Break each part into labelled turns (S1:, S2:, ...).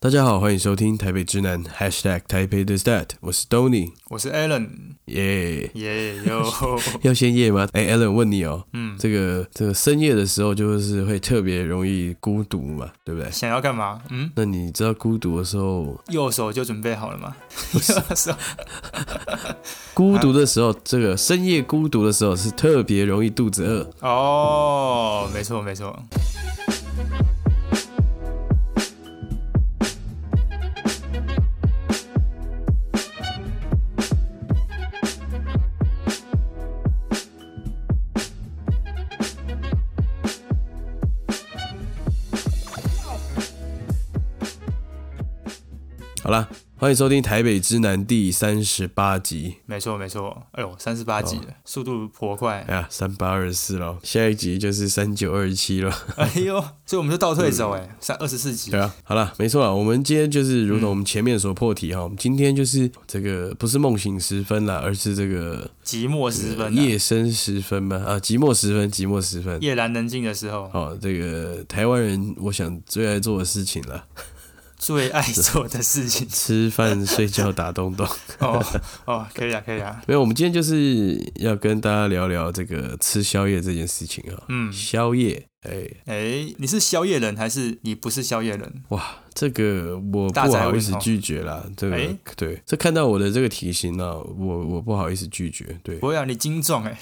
S1: 大家好，欢迎收听台北之南 #hashtag 台北的 stat，我是 Tony，
S2: 我是 Alan，
S1: 耶、
S2: 耶哟，
S1: 要先夜吗？哎、a l l e n 问你哦，
S2: 嗯，
S1: 这个这个深夜的时候就是会特别容易孤独嘛，对不对？
S2: 想要干嘛？嗯，
S1: 那你知道孤独的时候，
S2: 右手就准备好了吗？右手，
S1: 孤独的时候，这个深夜孤独的时候是特别容易肚子饿。
S2: 哦，没错没错，
S1: 好啦，欢迎收听台北之南第三十八集，
S2: 没错没错，哎呦，三十八集
S1: 哦
S2: 了，速度 颇快，
S1: 哎呀，三八二十四咯，下一集就是三九二十七咯。
S2: 哎呦，所以我们就倒退走，哎，三二十四集
S1: 嗯对，啊，好了，没错啊，我们今天就是如同我们前面所破题哈，我们今天就是这个不是梦醒时分啦，而是这个
S2: 寂寞时分啊，
S1: 夜深时分嘛，啊，寂寞时分，寂寞时分。
S2: 夜阑人静的 时候，
S1: 哦，这个台湾人我想最爱做的事情了，，
S2: 最爱做的事情
S1: 吃 饭、睡觉、打东东。
S2: 哦哦，可以啊可以啊，
S1: 没有，我们今天就是要跟大家聊聊这个吃宵夜这件事情啊。
S2: 嗯，
S1: 宵夜，哎，
S2: 哎，你是宵夜人还是你不是宵夜人？
S1: 哇，这个我
S2: 大
S1: 不
S2: 宅
S1: 好意
S2: 问
S1: 思
S2: 候
S1: 拒绝啦。这个、
S2: 哎
S1: 对，这看到我的这个体型呢、啊，我我不好意思拒绝。对，
S2: 不会啊，你精壮哎，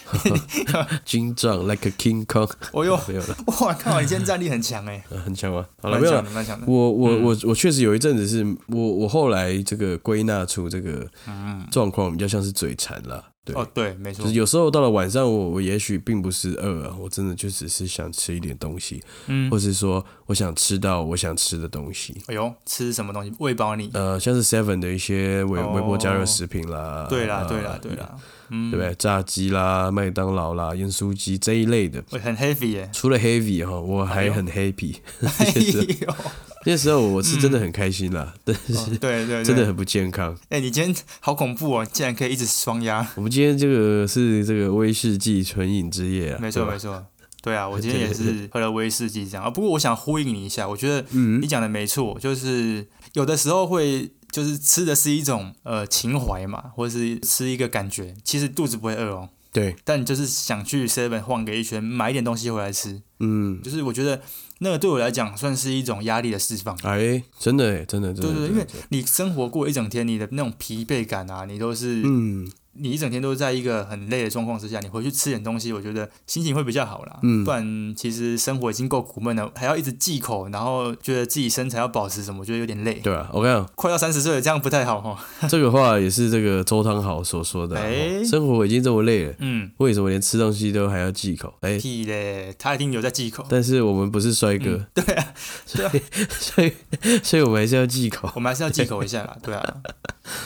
S1: 精壮，like a king kong，
S2: 哦呦，
S1: 没有了，
S2: 哇靠，你今天战力很强哎，
S1: 呃很强吗？好了，
S2: 蛮
S1: 没有
S2: 强
S1: 了。
S2: 的嗯蛮强的，
S1: 我我我我确实有一阵子是我我后来这个归纳出这个
S2: 嗯，
S1: 状况比较像是嘴馋啦，对，
S2: 哦对，没错
S1: 就是，有时候到了晚上我，我也许并不是饿啊，我真的就只是想吃一点东西，
S2: 嗯
S1: 或是说我想吃到我想吃的东西，
S2: 哎呦，吃什么东西喂饱你？
S1: 呃，像是 Seven 的一些微
S2: 哦
S1: 微波加热食品啦，
S2: 对啦，
S1: 呃
S2: 对啦，对，啦，嗯，
S1: 对不对？炸鸡啦、麦当劳啦、盐酥鸡这一类的。
S2: 喂，很 heavy 耶
S1: 。除了 heavy 哈，我还很 happy。
S2: 哎呦，
S1: 那时候我是真的很开心啦， 但
S2: 哦对对嗯对，
S1: 真的很不健康。
S2: 哎，你今天好恐怖哦，竟然可以一直双压，
S1: 我们今天这个是这个威士忌纯饮之夜啊，
S2: 没错
S1: 对吧
S2: 没错。对啊，我今天
S1: 对
S2: 也
S1: 对嗯
S2: 是喝了威士忌这样啊。不过我想呼应你一下，我觉得你讲的没错，就是有的时候会就是吃的是一种呃情怀嘛，或者是吃一个感觉，其实肚子不会饿哦，
S1: 对，
S2: 但你就是想去 Seven 晃个一圈，买一点东西回来吃，
S1: 嗯，
S2: 就是我觉得那个对我来讲算是一种压力的释放。
S1: 哎，真的哎，真的，真
S2: 对
S1: 的，
S2: 对，
S1: 真
S2: 因为
S1: 的
S2: 你生活过一整天，你的那种疲惫感啊，你都是、
S1: 嗯，
S2: 你一整天都在一个很累的状况之下，你回去吃点东西，我觉得心情会比较好啦。
S1: 嗯
S2: 不然其实生活已经够苦闷了，还要一直忌口，然后觉得自己身材要保持什么，我觉得有点累。
S1: 对啊，我看
S2: 快要三十岁了，这样不太好哈。
S1: 这个话也是这个周汤豪所说的啊，
S2: 哎
S1: 哦生活已经这么累了，
S2: 嗯，
S1: 为什么连吃东西都还要忌口？哎，
S2: 屁嘞，他一定有在忌口。
S1: 但是我们不是帅哥，对
S2: 对
S1: 啊
S2: 啊，
S1: 所以所以我们还是要忌口。
S2: 我们还是要忌口 一下啦，对啊，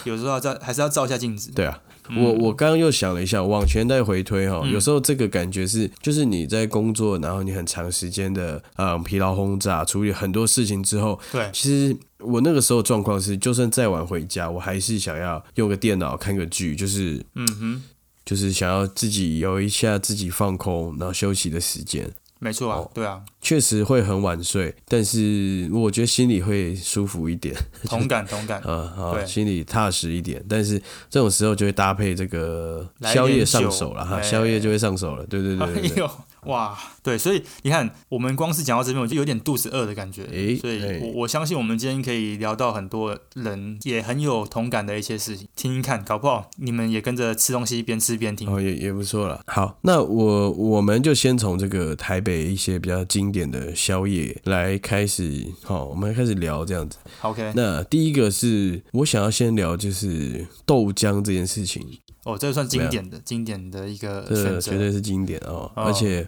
S2: 有时候要照还是要照一下镜子。
S1: 对啊，
S2: 嗯
S1: 我我刚刚又想了一下，往前再回推哈、
S2: 嗯
S1: 有时候这个感觉是，就是你在工作，然后你很长时间的嗯疲劳轰炸，处理很多事情之后，
S2: 对，
S1: 其实我那个时候状况是，就算再晚回家，我还是想要用个电脑看个剧，就是
S2: 嗯哼，
S1: 就是想要自己有一下自己放空，然后休息的时间。
S2: 没错
S1: 哦
S2: 啊，对啊，
S1: 确实会很晚睡，但是我觉得心里会舒服一点，
S2: 同感同感。
S1: 啊、好，
S2: 对
S1: 心里踏实一点。但是这种时候就会搭配这个
S2: 来
S1: 宵夜
S2: 点
S1: 上
S2: 酒
S1: 手了哈，
S2: 哎
S1: 宵夜就会上手了。对对对对
S2: 哎
S1: 对，
S2: 呦，哇，对，所以你看，我们光是讲到这边，我就有点肚子饿的感觉。
S1: 哎
S2: 所
S1: 哎
S2: 以我，我相信我们今天可以聊到很多人也很有同感的一些事情，听听看，搞不好你们也跟着吃东西边吃边听。
S1: 哦，也也不错了。好，那我我们就先从这个台北一些比较经典的宵夜来开始。好、我们开始聊这样子。
S2: OK，
S1: 那第一个是我想要先聊就是豆浆这件事情，
S2: 哦，这个算经典的，经典的一个选
S1: 这绝
S2: 择。
S1: 对是经典哦，
S2: 哦
S1: 而且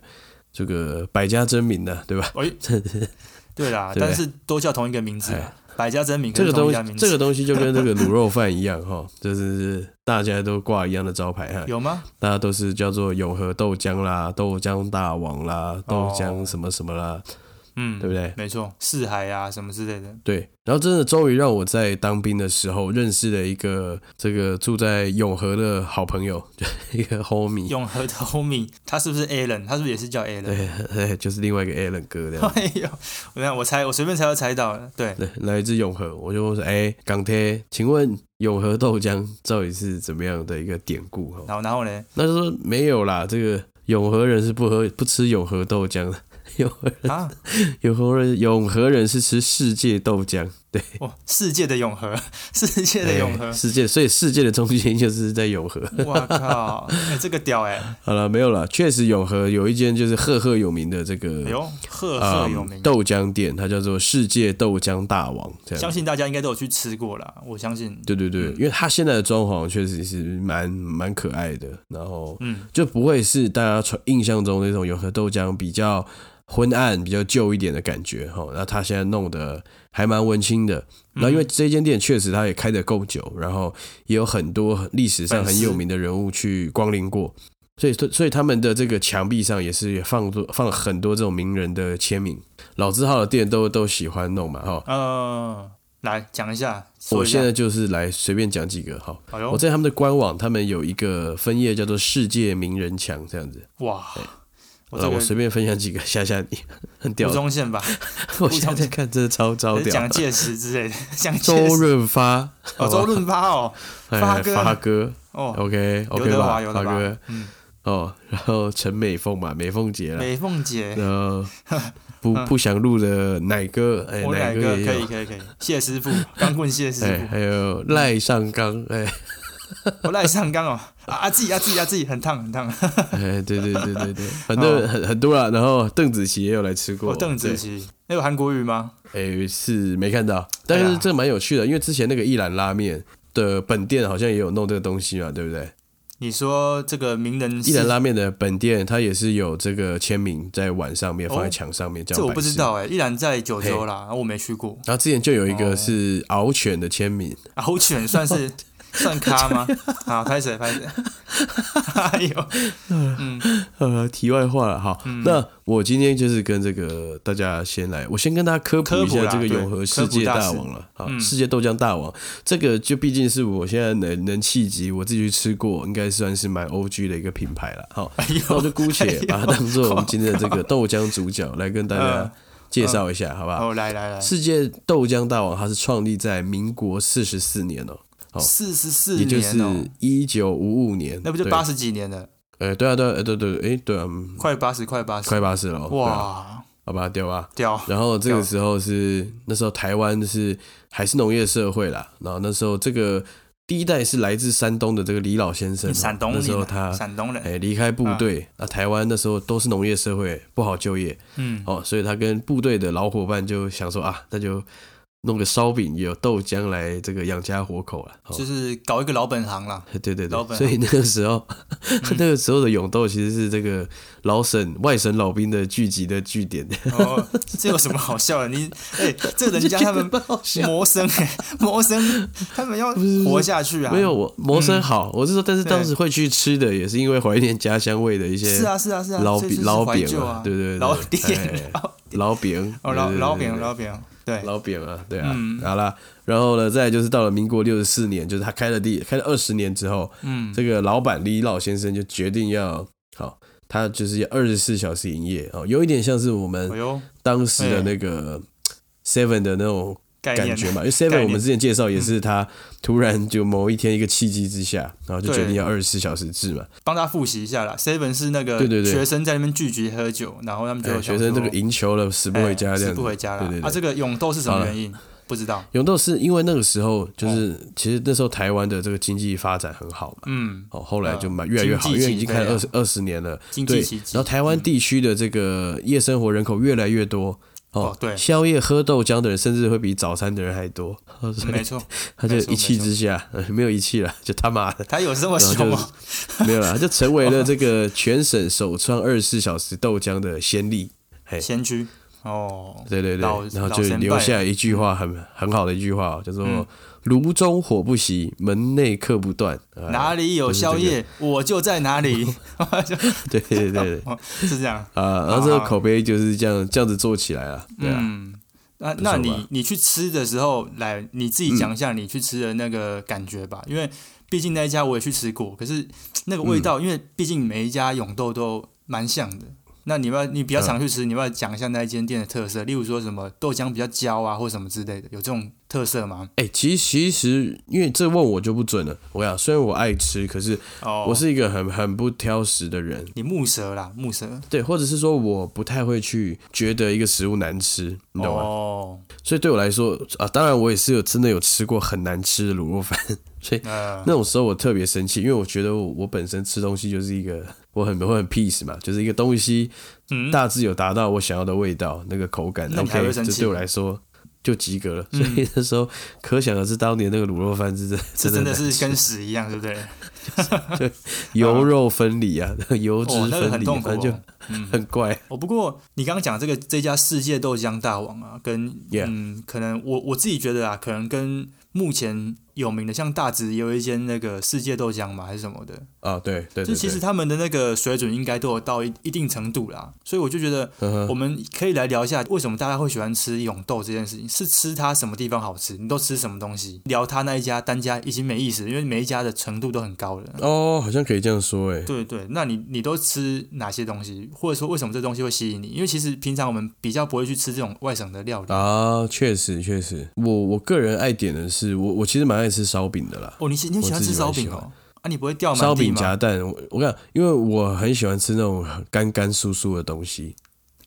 S1: 这个百家争鸣的，对吧？
S2: 哎，对啦，
S1: 对
S2: 但是都叫同一个名字
S1: 哎
S2: 啦，百家争鸣，
S1: 这个
S2: 同
S1: 东
S2: 一家名字，
S1: 这个东西就跟这个卤肉饭一 样哈、就是大家都挂一样的招牌哈，
S2: 有吗？
S1: 大家都是叫做永和豆浆啦、豆浆大王啦、豆浆什么什么啦，
S2: 哦嗯，
S1: 对不对？
S2: 没错，四海啊什么之类的，
S1: 对，然后真的终于让我在当兵的时候认识了一个这个住在永和的好朋友， 一个 homie，
S2: 永和的 homie，他是不是 Alan？他是不是也是叫 Alan？
S1: 对对，哎 就是另外一个 Alan 哥这 样。
S2: 哎呦，我想我猜，我随便猜都猜到了。对，
S1: 对，来自永和，我就问说，哎，港铁，请问永和豆浆到底是怎么样的一个典故？哦，
S2: 然后然后呢？
S1: 那就说没有啦，这个永和人是不喝不吃永和豆浆的， 永和
S2: 啊，
S1: 永和人永和人是吃世界豆浆，对，
S2: 哇，哦世界的永和， 世界的永和
S1: 哎，世界，所以世界的中心就是在永和。
S2: 哇靠，哎，这个屌哎，
S1: 好了，没有了。确实，永和有一间就是赫赫有名的这
S2: 哎
S1: 个
S2: 呦，赫
S1: 啊
S2: 赫有名，
S1: 豆浆店，它叫做世界豆浆大王。这
S2: 相
S1: 样，
S2: 信大家应该都有去吃过啦，我相信。
S1: 对对对，因为它现在的装潢确实是蛮蛮可爱的，然后
S2: 嗯，
S1: 就不会是大家传印象中那种永和豆浆比较昏暗、比较旧一点的感觉哈。那它现在弄得还蛮文青的。那因为这间店确实它也开得够久，然后也有很多历史上很有名的人物去光临过，所以所以他们的这个墙壁上也是放多放了很多这种名人的签名。老字号的店都都喜欢弄嘛哈。
S2: 呃，来讲一下，说
S1: 我
S2: 一下
S1: 现在就是来随便讲几个哈。
S2: 哎呦
S1: 我在他们的官网，他们有一个分页叫做“世界名人墙”这样子。
S2: 哇，呃我
S1: 那
S2: 这
S1: 呃我
S2: 个
S1: 随便分享几个 吓吓你，很屌
S2: 吴
S1: 的。
S2: 宗宪吧，
S1: 我
S2: 吴宗
S1: 现在看真的超 超
S2: 还是
S1: 屌
S2: 蒋
S1: 的。
S2: 介石之类的， 蒋
S1: 周
S2: 介石
S1: 润发，
S2: 哦，周润发哦，
S1: 哎
S2: 发哥
S1: 发哥
S2: 哦，
S1: ，OK
S2: 刘
S1: OK
S2: 德
S1: 吧
S2: 华，刘，
S1: 发
S2: 德华
S1: 哥，
S2: 嗯，
S1: 哦，然后陈美凤嘛，美凤姐啦，
S2: 美凤姐，
S1: 然 后不不想录的奶哥，哎，
S2: 我
S1: 奶
S2: 哪个
S1: 也
S2: 可以
S1: 有，
S2: 可以可以，谢师 傅，钢棍谢师
S1: 哎，
S2: 傅，
S1: 还有赖上刚，哎
S2: 我赖上钢哦，啊阿纪阿纪阿纪很烫很烫，
S1: 哎，对对对 对对，很多很很多啦。然后邓紫棋也有来吃过，
S2: 我哦邓紫棋，那有韩国语吗？
S1: 诶，是没看到，但
S2: 啊
S1: 是这蛮有趣的，因为之前那个一兰拉面的本店好像也有弄这个东西嘛，对不对？
S2: 你说这个名人
S1: 一兰
S2: 是，
S1: 拉面的本店它也是有这个签名在碗上面，
S2: 哦
S1: 放在墙上面，这样
S2: 这我不
S1: 摆
S2: 知
S1: 饰。
S2: 道哎，依然在九州啦，啊我没去过，
S1: 然后之前就有一
S2: 哦
S1: 个是敖犬的签名，
S2: 啊，好犬 算是算咖吗？好，拍谁拍谁， 哎呦，
S1: 呃，题外话了哈。
S2: 嗯
S1: 那我今天就是跟这个大家先来，我先跟大家科普一
S2: 科普嗯
S1: 下
S2: 啦
S1: 这个永和世界大王了啊，世界豆浆大王。这个就毕竟是我现在能能气及我自己去吃过，应该算是蛮 O G 的一个品牌了哈。
S2: 哎
S1: 那我
S2: 呦，
S1: 就姑且把它当做我们今天的这个豆浆主角来跟大
S2: 嗯
S1: 家介绍一下，好不好？
S2: 哦，来来来，
S1: 世界豆浆大王它是创立在民国四十四年哦，哦
S2: 四十四
S1: 也就
S2: 年
S1: 是
S2: 哦，
S1: 一九五五年，
S2: 那不就
S1: 对
S2: 八？十几年了，
S1: 呃，对啊，对啊，呃对对，对哎，对啊，嗯
S2: 快八十，快八十，
S1: 快八十了哦，对啊，
S2: 哇，
S1: 好吧，对啊吧？
S2: 屌，
S1: 然后这个时候是那时候台湾是还是农业社会啦，然后那时候这个第一代是来自山东的这个李老先生哦，
S2: 山东
S1: 那时候
S2: 人啊，
S1: 他
S2: 山东嗯人，
S1: 哎离开部队，那台湾那时候都是农业社会，不好就业，
S2: 嗯，
S1: 哦，所以他跟部队的老伙伴就想说啊，那就弄个烧饼，也有豆浆来这个养家活口了。哦
S2: 就是搞一个老本行啦，
S1: 对对
S2: 老
S1: 对，
S2: 本
S1: 所以那个时 候， 那个时候的永豆其实是这个老省外省老兵的聚集的据点。
S2: 哦， 这有什么好笑的？你哎，这 人家他们
S1: 好笑
S2: 谋生哎，谋生，他们要活下去啊，
S1: 没有我谋生好，我是说，但是当时会去吃的，也是因为怀念家乡味的一些
S2: 是啊是啊是啊，
S1: 老
S2: 所以就是
S1: 饼老
S2: 怀
S1: 饼
S2: 旧啊
S1: 啊，，对对对，
S2: 老
S1: 哎
S2: 饼老
S1: 老饼
S2: 哦老
S1: 对对对
S2: 老
S1: 对
S2: 饼
S1: 对
S2: 老饼，对，
S1: 老扁啊，对啊，
S2: 嗯
S1: 好啦，然后呢，再来就是到了民国六十四年，就是他开了第开了二十年之后，
S2: 嗯
S1: 这个老板李老先生就决定要好，他就是要二十四小时营业哦，有一点像是我
S2: 哎
S1: 们
S2: 呦，
S1: 当时的那个 Seven 的那种
S2: 概
S1: 感
S2: 念
S1: 觉嘛，因为
S2: 概
S1: Seven
S2: 念嗯
S1: 我们之前介绍也是他突然就某一天一个契机之下，然后就决定要二十四小时制嘛，
S2: 帮大家复习一下啦。Seven 是那个
S1: 对对对
S2: 学生在那边聚集喝酒，然后他们就
S1: 对，
S2: 哎想
S1: 学生这
S2: 说
S1: 个赢球了死不
S2: 哎
S1: 回家这
S2: 是
S1: 样
S2: 不
S1: 子。
S2: 回家了
S1: 对对。对
S2: 啊，这个勇斗是什
S1: 好
S2: 么
S1: 了
S2: 原因？不知道。
S1: 永豆是因为那个时候就是，
S2: 哎
S1: 其实那时候台湾的这个经济发展很好嘛，
S2: 嗯，
S1: 哦，后来就蛮
S2: 嗯
S1: 越来越好，
S2: 经
S1: 因
S2: 济
S1: 为已经开了二
S2: 起
S1: 十二十年了。
S2: 经
S1: 对
S2: 济奇，迹嗯
S1: 然后台湾地区的这个夜生活人口越来越多。哦
S2: 哦，对
S1: 宵夜喝豆浆的人甚至会比早餐的人还多，哦所以
S2: 没错，
S1: 他就
S2: 没错
S1: 一气
S2: 没错
S1: 之下， 呃没有一气了，就他妈的
S2: 他有这么
S1: 然后就
S2: 凶哦。
S1: 没有了，他就成为了这个全省首创二十四小时豆浆的先例。哎，
S2: 先驱，哦，
S1: 对对对
S2: 老，
S1: 然后
S2: 老
S1: 就
S2: 先
S1: 留
S2: 辈嗯
S1: 下一句话很很好的一句话哦，叫做“炉中火不熄，门内客不断”啊。
S2: 哪里有宵夜，我就在哪里，
S1: 对对对对
S2: 哦是这样。
S1: 啊，然后这个口碑就是这样这样子做起来了，对啊。
S2: 嗯，那
S1: 错
S2: 那
S1: 吧
S2: 你你去吃的时候，来你自己讲一下你去吃的那个感觉吧，
S1: 嗯
S2: 因为毕竟那一家我也去吃过，可是那个味
S1: 嗯
S2: 道，因为毕竟每一家永豆都蛮像的。那你要不要你比较常去
S1: 嗯
S2: 吃，你要不要讲一下那一间店的特色，例如说什么豆浆比较焦啊，或什么之类的，有这种特色吗？
S1: 哎，其其实因为这问我就不准了。我想，虽然我爱吃，可是
S2: 哦，
S1: 我是一个很很不挑食的人，
S2: 你木蛇啦，木蛇，
S1: 对，或者是说我不太会去觉得一个食物难吃，你懂吗？
S2: 哦，
S1: 所以对我来说啊，当然我也是有真的有吃过很难吃的卤肉饭，所以
S2: 呃，
S1: 那种时候我特别生气，因为我觉得我我本身吃东西就是一个 我很我很 peace 嘛，就是一个东西
S2: 嗯，
S1: 大致有达到我想要的味道，那个口感
S2: 那你还
S1: ，OK，
S2: 会生
S1: 这
S2: 气嗯
S1: 对我来说就及格了。所以那时候可想而知，当年那个卤肉饭是 真
S2: 这
S1: 真
S2: 真
S1: 的
S2: 的是跟屎一样，对不对？
S1: 油肉分离啊， 油脂
S2: 哦，那个
S1: 分
S2: 很
S1: 离，
S2: 痛苦、
S1: 反正就
S2: 哦。嗯，
S1: 很怪。
S2: 哦，不过你刚刚讲这个这家世界豆浆大王啊，跟
S1: Yeah
S2: 嗯，可能我我自己觉得啊，可能跟目前有名的像大直有一间那个世界豆浆嘛，还是什么的，
S1: 啊，对对
S2: 就
S1: 对
S2: 其实
S1: 对，
S2: 他们的那个水准应该都有到一一定程度啦，所以我就觉得
S1: 嗯
S2: 我
S1: 哼
S2: 们可以来聊一下为什么大家会喜欢吃永豆这件事情，是吃它什么地方好吃，你都吃什么东西？聊它那一家单家已经没意思，因为每一家的程度都很高了。
S1: 哦，好像可以这样说哎。
S2: 对对，那你你都吃哪些东西，或者说为什么这东西会吸引你？因为其实平常我们比较不会去吃这种外省的料理。
S1: 啊，确实确实，我我个人爱点的是，我我其实蛮爱吃烧饼的啦，
S2: 哦，你喜你喜欢吃烧饼
S1: 我自己蛮喜欢
S2: 哦？啊，你不会掉满
S1: 烧
S2: 地
S1: 饼
S2: 吗？
S1: 夹蛋。我我跟你讲，因为我很喜欢吃那种干干酥酥的东西。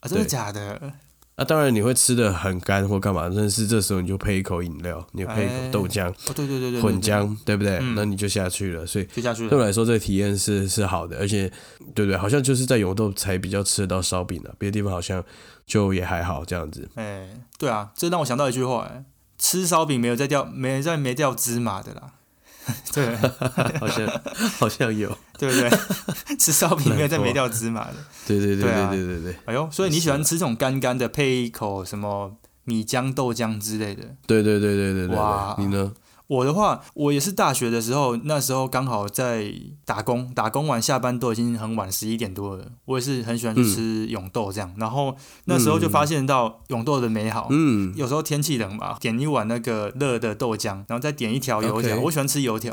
S2: 啊，真的
S1: 对
S2: 假的？
S1: 啊，当然你会吃的很干或干嘛，但是这时候你就配一口饮料，你配一口
S2: 哎
S1: 豆浆、
S2: 哦，对对对对对，
S1: 混
S2: 对
S1: 浆，对不对？
S2: 嗯
S1: 那你就下去了。所以
S2: 就下去
S1: 对我
S2: 了。
S1: 来说，这个体验是是好的，而且对不对？好像就是在永豆才比较吃得到烧饼啊，别的地方好像就也还好这样 子。
S2: 哎，对啊，这让我想到一句话，哎，吃烧饼没有在掉，没在没掉芝麻的啦。 对
S1: 好像好像有，
S2: 对不对？ 吃烧饼没有在没掉芝麻的。
S1: 对对对
S2: 对啊
S1: 对对对对。
S2: 哎呦，所以你喜
S1: 啊
S2: 欢吃这种干干的，配一口什么米浆、豆浆之类的。
S1: 对对对对对对对
S2: 哇，
S1: 你呢？
S2: 我的话，我也是大学的时候，那时候刚好在打工，打工完下班都已经很晚，十一点多了。我也是很喜欢去吃永豆这样，然后那时候就发现到永豆的美好。
S1: 嗯
S2: 有时候天气冷嘛，点一碗那个热的豆浆，然后再点一条油条。
S1: OK
S2: 我喜欢吃油条，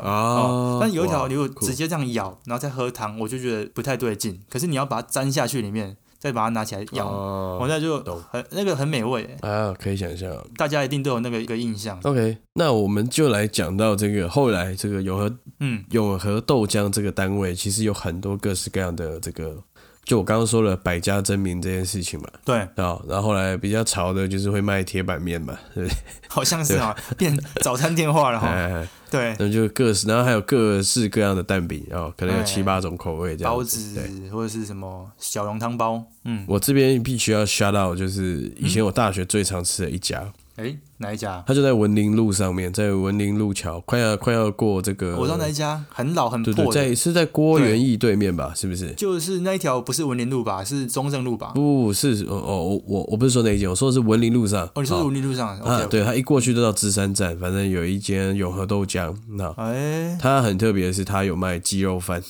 S1: 啊，
S2: 哦但油条
S1: 哇
S2: 你如
S1: 酷
S2: 果直接这样咬，然后再喝汤，我就觉得不太对劲。可是你要把它粘下去里面，再把它拿起来咬，我、
S1: 哦
S2: 那就
S1: 懂
S2: 很那个很美味耶，
S1: 啊，可以想象。
S2: 大家一定都有那个一个印象。
S1: OK，那我们就来讲到这个后来这个永和
S2: 嗯，
S1: 永和豆浆这个单位，其实有很多各式各样的这个，就我刚刚说了百家争鸣这件事情嘛，
S2: 对，
S1: 啊，然后后来比较潮的就是会卖铁板面嘛，对不对？
S2: 好像是啊，变早餐电话了哈。
S1: 哎，
S2: 对，
S1: 那就各式，然后还有各式各样的蛋饼哦，可能有
S2: 哎
S1: 七八种口味这样子。
S2: 包
S1: 对
S2: 子或者是什么小笼汤包，嗯，
S1: 我这边必须要 shout out，就是以前我大学最常吃的一家，
S2: 诶，哪一家？
S1: 它就在文林路上面，在文林路桥，快要快要过这个，
S2: 我知道哪一家，很老很
S1: 呃对对，
S2: 破的，
S1: 在是在郭元义对面吧？是不是？
S2: 就是那一条不是文林路吧，是中正路吧？
S1: 不是，哦哦，我我我不是说那一间，我说的是文林路上。
S2: 哦，你说是文林路上
S1: 啊，
S2: ？OK，，
S1: 对，它一过去就到芝山站，反正有一间永和豆浆，那
S2: 哎，
S1: 它很特别的是，它有卖鸡肉饭。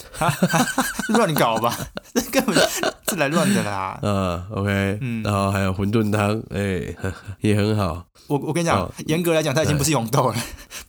S2: 乱搞吧， 这根本是来乱的啦。
S1: 啊 o k
S2: 嗯
S1: 然后还有馄饨汤，哎、也很好，
S2: 我我跟你讲
S1: 哦，
S2: 严格来讲，它已经不是永豆了，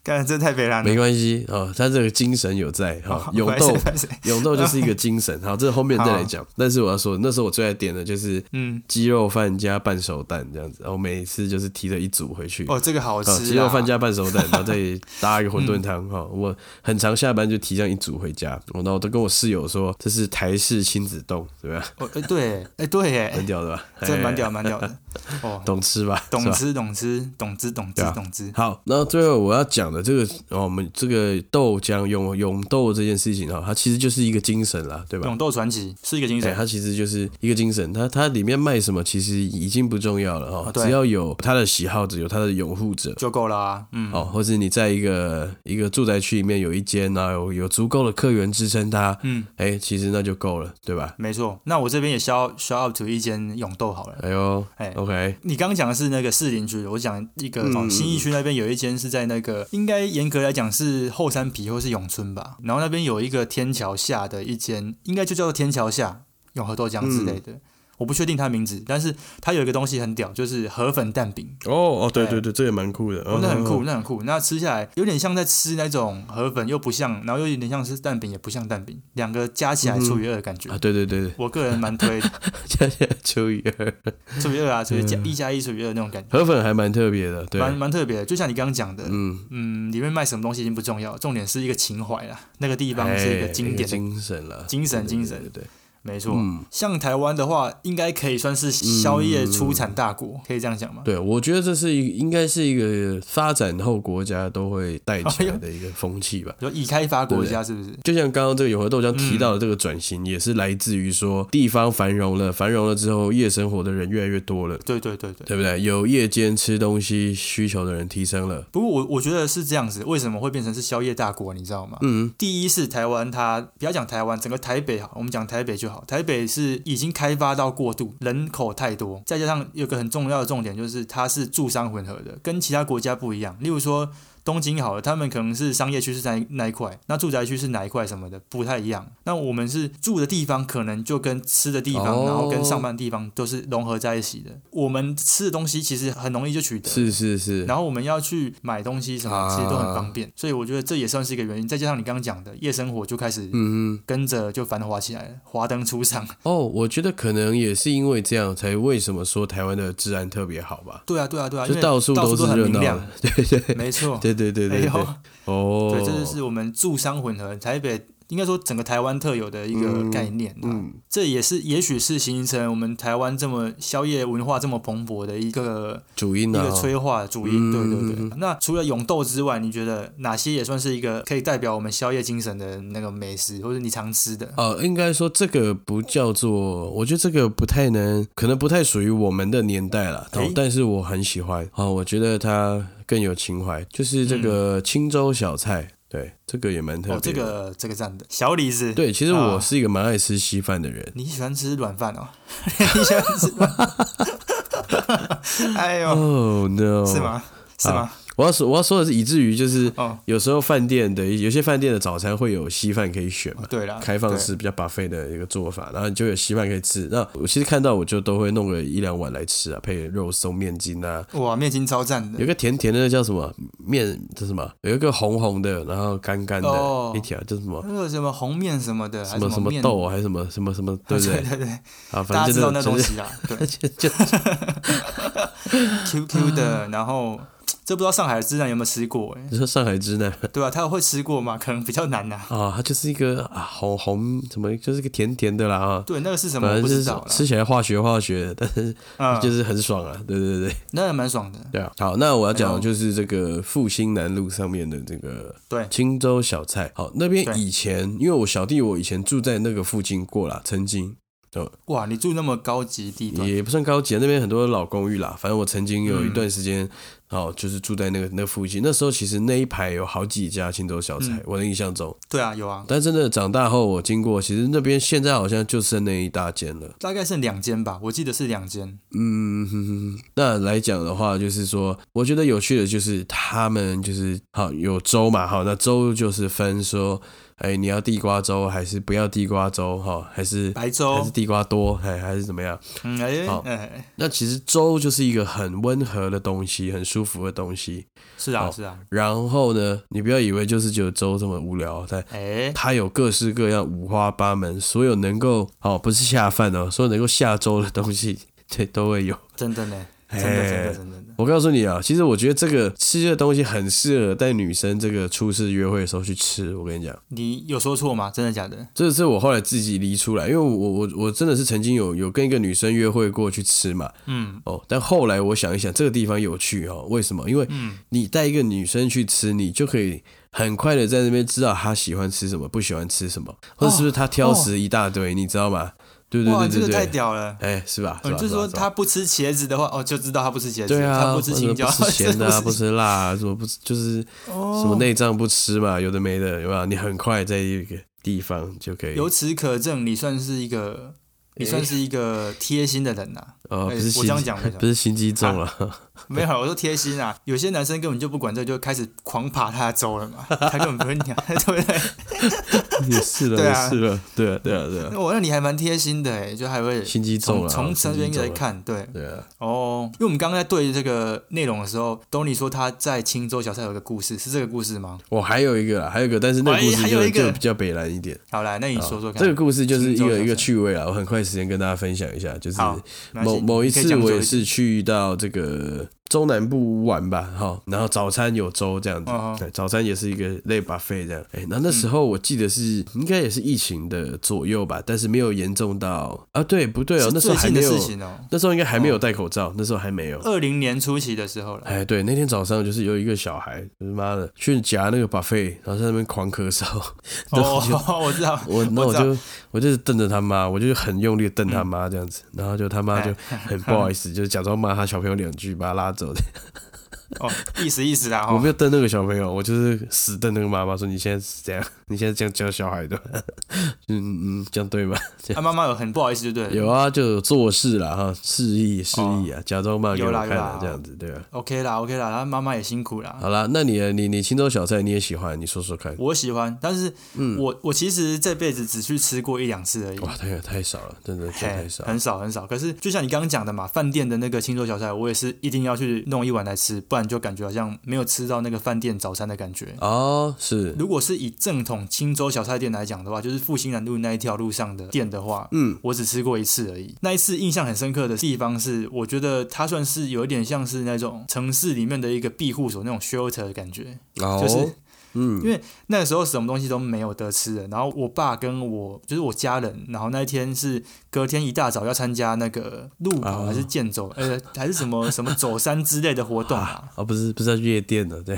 S2: 干真的太悲惨了
S1: 没。关系哦，它这个精神有在哈，
S2: 好
S1: 永
S2: 不好意思
S1: 豆
S2: 不好意思
S1: 永豆就是一个精神，好，这后面再来讲。但是我要说，那时候我最爱点的就是
S2: 嗯，
S1: 鸡肉饭加半熟蛋这样子，然后每次就是提着一组回去。
S2: 哦，这个好吃
S1: 哦
S2: 啊，嗯
S1: 鸡肉饭加半熟 蛋，然后再搭一个馄饨汤哈、我很常下班就提这样一组回家，然后我都跟我室友说这是台式亲子冻，怎么样？
S2: 哦，哎对，哎对，哎
S1: 很，屌的吧？
S2: 这蛮
S1: 哎，
S2: 屌蛮屌的。哦，
S1: 懂吃吧？
S2: 懂
S1: 是吧
S2: 吃懂吃懂吃懂
S1: 对
S2: 吃
S1: 啊
S2: 懂吃。
S1: 好，然后最后我要讲讲的这个，哦我们这个豆浆永永豆这件事情哦哈，它其实就是一个精神啦，对吧？
S2: 勇斗传奇是一个精
S1: 对，
S2: 神，
S1: 它其实就是一个精神，它它里面卖什么其实已经不重要了哈、
S2: 啊对
S1: 只要有它的喜好者，有它的拥护者。
S2: 就够了啊。嗯，
S1: 哦，或是你在一个一个住宅区里面有一间啊，有有足够的客源支撑它，
S2: 嗯，
S1: 哎、其实那就够了，对吧？
S2: 没错。那我这边也 shout shout out to 一间勇斗好了。
S1: 哎呦，
S2: 哎
S1: o k
S2: 你刚刚讲的是那个士林区的，我讲一个、哦
S1: 嗯
S2: 新义区那边有一间是在那个，应该严格来讲是后山皮或是永春吧。然后那边有一个天桥下的一间，应该就叫做天桥下永和豆浆之类
S1: 嗯
S2: 的，我不确定它名字，但是它有一个东西很屌，就是河粉蛋饼。
S1: 哦哦，对
S2: 对
S1: 对对，这也蛮酷的，
S2: 哦，那很
S1: 嗯
S2: 酷，那很酷。那吃下来有点像在吃那种河粉，又不像，然后又有点像是蛋饼，也不像蛋饼，两个加起来除以二的感觉。
S1: 啊，对对对对，
S2: 我个人蛮推的
S1: 加起来除以二，
S2: 除以二啊，除以加一加一除以二那种感觉，
S1: 河粉还蛮特别的，嗯对，
S2: 蛮蛮特别的。就像你刚刚讲的，
S1: 嗯，
S2: 嗯，里面卖什么东西已经不重要，重点是一个情怀啦。那个地方是一个
S1: 哎
S2: 经典的
S1: 精神了，
S2: 精神精神
S1: 对对对，对
S2: 没错，
S1: 嗯
S2: 像台湾的话，应该可以算是宵夜出产大国，可以这样讲吗？
S1: 对，我觉得这是一应该是一个发展后国家都会带起来的一个风气吧。
S2: 就已开发国家是不是？
S1: 就像刚刚这个永和豆浆提
S2: 嗯
S1: 到的这个转型，也是来自于说地方繁荣了，繁荣了之后，夜生活的人越来越多了，
S2: 对对对对。
S1: 对不对？有夜间吃东西需求的人提升了，
S2: 不过我我觉得是这样子，为什么会变成是宵夜大国？你知道吗？
S1: 嗯，
S2: 第一是台湾它，不要讲台湾，整个台北好，我们讲台北就好。台北是已经开发到过度，人口太多，再加上有个很重要的重点，就是它是住商混合的，跟其他国家不一样。例如说东京好了，他们可能是商业区是在那一块，那住宅区是哪一块什么的不太一样。那我们是住的地方，可能就跟吃的地方，
S1: 哦
S2: 然后跟上班地方都是融合在一起的。我们吃的东西其实很容易就取得，
S1: 是是是，
S2: 然后我们要去买东西什么，
S1: 啊
S2: 其实都很方便，所以我觉得这也算是一个原因。再加上你刚刚讲的夜生活就开始
S1: 嗯嗯，
S2: 跟着就繁华起来了，华灯 初上。
S1: 哦，我觉得可能也是因为这样，才为什么说台湾的治安特别好吧？
S2: 对啊，对啊，对啊，
S1: 就
S2: 因为
S1: 到处都是
S2: 很
S1: 热
S2: 明
S1: 闹
S2: 亮
S1: 的，， 对对
S2: 没错。
S1: 对对对对
S2: 哎
S1: 对
S2: 呦，，
S1: 哦，
S2: 对，这就是我们住商混合，台北应该说整个台湾特有的一个概念、啊
S1: 嗯，
S2: 这也是也许是形成我们台湾这么宵夜文化这么蓬勃的一个
S1: 主因
S2: 一
S1: 啊
S2: 个，催化主因。
S1: 嗯
S2: 对对对。那除了永豆之外，你觉得哪些也算是一个可以代表我们宵夜精神的那个美食，或者你常吃的？
S1: 呃，应该说这个不叫做，我觉得这个不太能，可能不太属于我们的年代了。
S2: 诶
S1: 哦，但是我很喜欢哦，我觉得它更有情怀，就是这个青州小菜，对，这个也蛮特别的、
S2: 嗯哦，这个这个赞的小李子，
S1: 对，其实
S2: 啊
S1: 我是一个蛮爱吃稀饭的人。
S2: 你喜欢吃软饭哦？ 你喜欢吃软饭？哎呦，
S1: 哦、no！
S2: 是？
S1: 哦
S2: 吗？是吗？
S1: 我要说，我要说的是，以至于就是
S2: 哦，
S1: 有时候饭店的有些饭店的早餐会有稀饭可以选嘛，
S2: 啊对了，
S1: 开放式比较 buffet 的一个做法，然后你就有稀饭可以吃。那我其实看到我就都会弄个一两碗来吃啊，配肉松面筋啊，
S2: 对哇，面筋超赞
S1: 有
S2: 的，
S1: 一个甜甜的那叫什么面，这什么？有一个红红的，然后干干的、
S2: 哦
S1: 一条，叫什么
S2: 那个什么红面什么的，还
S1: 什么
S2: 什
S1: 什么
S2: 面
S1: 豆，还是什么什么什么，对
S2: 对
S1: 不 对？
S2: 对对对，
S1: 啊，反
S2: 大家
S1: 正就
S2: 知道
S1: 是
S2: 那东西啦，啊 对
S1: 就就就
S2: ，QQ 的，然后这不知道上海的知南有没有吃过哎，
S1: 你说上海之南
S2: 对啊，他会吃过吗？可能比较难呐。
S1: 啊，它就是一个啊红红什么，就是一个甜甜的啦啊。
S2: 对，那个是什么我
S1: 反
S2: 不
S1: 正
S2: 知
S1: 就
S2: 道
S1: 是
S2: 啦，
S1: 吃起来化学化学的，但是
S2: 嗯，
S1: 就是很爽啊！对对对对
S2: 那还蛮爽的。
S1: 对啊！好，那我要讲
S2: 哎呦
S1: 的就是这个复兴南路上面的这个
S2: 对
S1: 青州小菜。好，那边
S2: 对
S1: 以前因为我小弟我以前住在那个附近过啦，曾经
S2: 哇，你住那么高级地段，
S1: 也不算高级，那边很多老公寓啦。反正我曾经有一段时
S2: 嗯
S1: 间，哦，就是住在那个那附近。那时候其实那一排有好几家青州小菜，
S2: 嗯
S1: 我的印象中。
S2: 对啊，有啊，
S1: 但真的长大后，我经过，其实那边现在好像就剩那一大间了。
S2: 大概剩两间吧，我记得是两间。
S1: 嗯，哼哼哼那来讲的话，就是说，我觉得有趣的就是他们就是好有粥嘛，好那粥就是分说，哎，你要地瓜粥还是不要地瓜粥哈，还是
S2: 白
S1: 还是
S2: 粥，
S1: 地瓜多，哎还是怎么样？
S2: 嗯，哎
S1: 好
S2: 哎，
S1: 那其实粥就是一个很温和的东西，很舒服的东西。
S2: 是啊
S1: 好
S2: 是啊，
S1: 然后呢，你不要以为就是只有粥这么无聊，但
S2: 哎，
S1: 它有各式各样、五花八门，所 有能够哦，不是下饭哦，所有能够下粥的东西，对，都会有。
S2: 真的呢，真的真
S1: 哎
S2: 的真的真的。
S1: 我告诉你啊，其实我觉得这个吃的东西很适合带女生这个初次约会的时候去吃。我跟你讲，
S2: 你有说错吗？真的假的？
S1: 这是我后来自己理出来，因为我我我真的是曾经有有跟一个女生约会过去吃嘛，
S2: 嗯，
S1: 哦，但后来我想一想，这个地方有趣哦，为什么？因为
S2: 嗯
S1: 你带一个女生去吃，你就可以很快的在那边知道她喜欢吃什么，不喜欢吃什么，或者是不是她挑食一大堆，你知道吗？对对
S2: 哦哇，
S1: 对
S2: 这
S1: 对
S2: 个太
S1: 对，
S2: 屌了。
S1: 哎，是吧？
S2: 嗯，
S1: 吧
S2: 就是
S1: 吧
S2: 说
S1: 吧
S2: 他不吃茄子的话，哦，就知道他不吃茄子。
S1: 对啊，
S2: 他不吃青椒，
S1: 不吃 咸的、啊，
S2: 不
S1: 不吃辣、啊，什么不吃就是什
S2: 哦
S1: 么内脏不吃嘛，有的没的，有吧？你很快在一个地方就可以，
S2: 哦由此可证，你算是一个，你算是一个贴心的人呐、
S1: 呃，
S2: 哎
S1: 不是
S2: 我啊
S1: 心
S2: 这样
S1: 机
S2: 讲没错
S1: 不是心机重了，啊
S2: 没有，我说贴心啊。有些男生根本就不管这，就开始狂爬他的州了嘛，他根本不会鸟， 对不对？
S1: 也是了，
S2: 对
S1: 也
S2: 啊
S1: 是了，对啊，对啊，对啊，
S2: 那我那你还蛮贴心的哎，就还会
S1: 心机重
S2: 从
S1: 了，
S2: 从
S1: 心
S2: 这
S1: 机
S2: 边
S1: 重啊
S2: 来
S1: 了，
S2: 看，对
S1: 对啊，
S2: 哦，因为我们刚刚在对这个内容的时候，东尼说他在青州小菜有个故事，是这个故事吗？
S1: 我还有一个啦，啊还有一个，但是那个
S2: 哎
S1: 故事
S2: 还有
S1: 就
S2: 一个
S1: 就比较北蓝一点。
S2: 好来，那你说说看。
S1: 啊这个故事就是一
S2: 青州
S1: 个
S2: 小
S1: 一个
S2: 菜
S1: 趣味啊，我很快时间跟大家分享一下，就是
S2: 好，没关系
S1: 某某一
S2: 你可以
S1: 次
S2: 讲
S1: 我
S2: 究
S1: 也
S2: 一
S1: 是去到这个中南部玩吧，哈，然后早餐有粥这样子，
S2: 嗯嗯嗯
S1: 对，早餐也是一个类 buffet 这样。哎、那那时候我记得是、应该也是疫情的左右吧，但是没有严重到啊，对，不对哦，
S2: 是
S1: 那时候
S2: 最
S1: 还
S2: 近
S1: 没
S2: 的
S1: 有
S2: 事，情哦，呃
S1: 那时候应该还没有戴口罩，那时候还没有。
S2: 二零年初期的时 候了。
S1: 哎，对，那天早上就是有一个小孩，就是妈的去夹那个 buffet，然后在那边狂咳嗽， 然后
S2: 哦
S1: 就，
S2: 我知道，
S1: 我那我
S2: 知道
S1: 就我就是瞪着他妈，我就是很用力地瞪他妈这样子，然后就他妈就
S2: 嗯
S1: 很不好意 思，就是假装骂他小朋友两句，把他拉走的。
S2: 哦，意思意思啦，
S1: 我
S2: 哦
S1: 没，有瞪那个小朋友，我就是死瞪那个妈妈，说你现在是这样，你现在这样教小孩的， 嗯嗯，这样对吗？
S2: 他啊妈妈有很不好意思，就对了。
S1: 有啊，就有做事啦哈，示意示意啊，假装骂给我
S2: 哦有啦
S1: 看
S2: 有啦
S1: 啊，
S2: 哦
S1: 这样子对吧、
S2: OK 啦，OK 啦，然后妈妈也辛苦啦。
S1: 好啦，那你呢你你青州小菜你也喜欢，你说说看。
S2: 我喜欢，但是我我其实这辈子只去吃过一两次而已，
S1: 嗯哇，太太少了，真的真的
S2: 嘿
S1: 太少了。
S2: 很少很少。可是就像你刚刚讲的嘛，饭店的那个青州小菜，我也是一定要去弄一碗来吃，不然就感觉好像没有吃到那个饭店早餐的感觉。
S1: 哦，是
S2: 如果是以正统青州小菜店来讲的话，就是复兴南路那一条路上的店的话，
S1: 嗯，
S2: 我只吃过一次而已。那一次印象很深刻的地方是，我觉得它算是有一点像是那种城市里面的一个庇护所那种 shelter 的感觉，
S1: 哦，
S2: 就是
S1: 嗯
S2: 因为那个时候什么东西都没有得吃的，然后我爸跟我就是我家人，然后那一天是隔天一大早要参加那个路跑
S1: 哦
S2: 还是健走，呃还是什么什么走山之类的活动啊？
S1: 啊，不是不是要去夜店的，对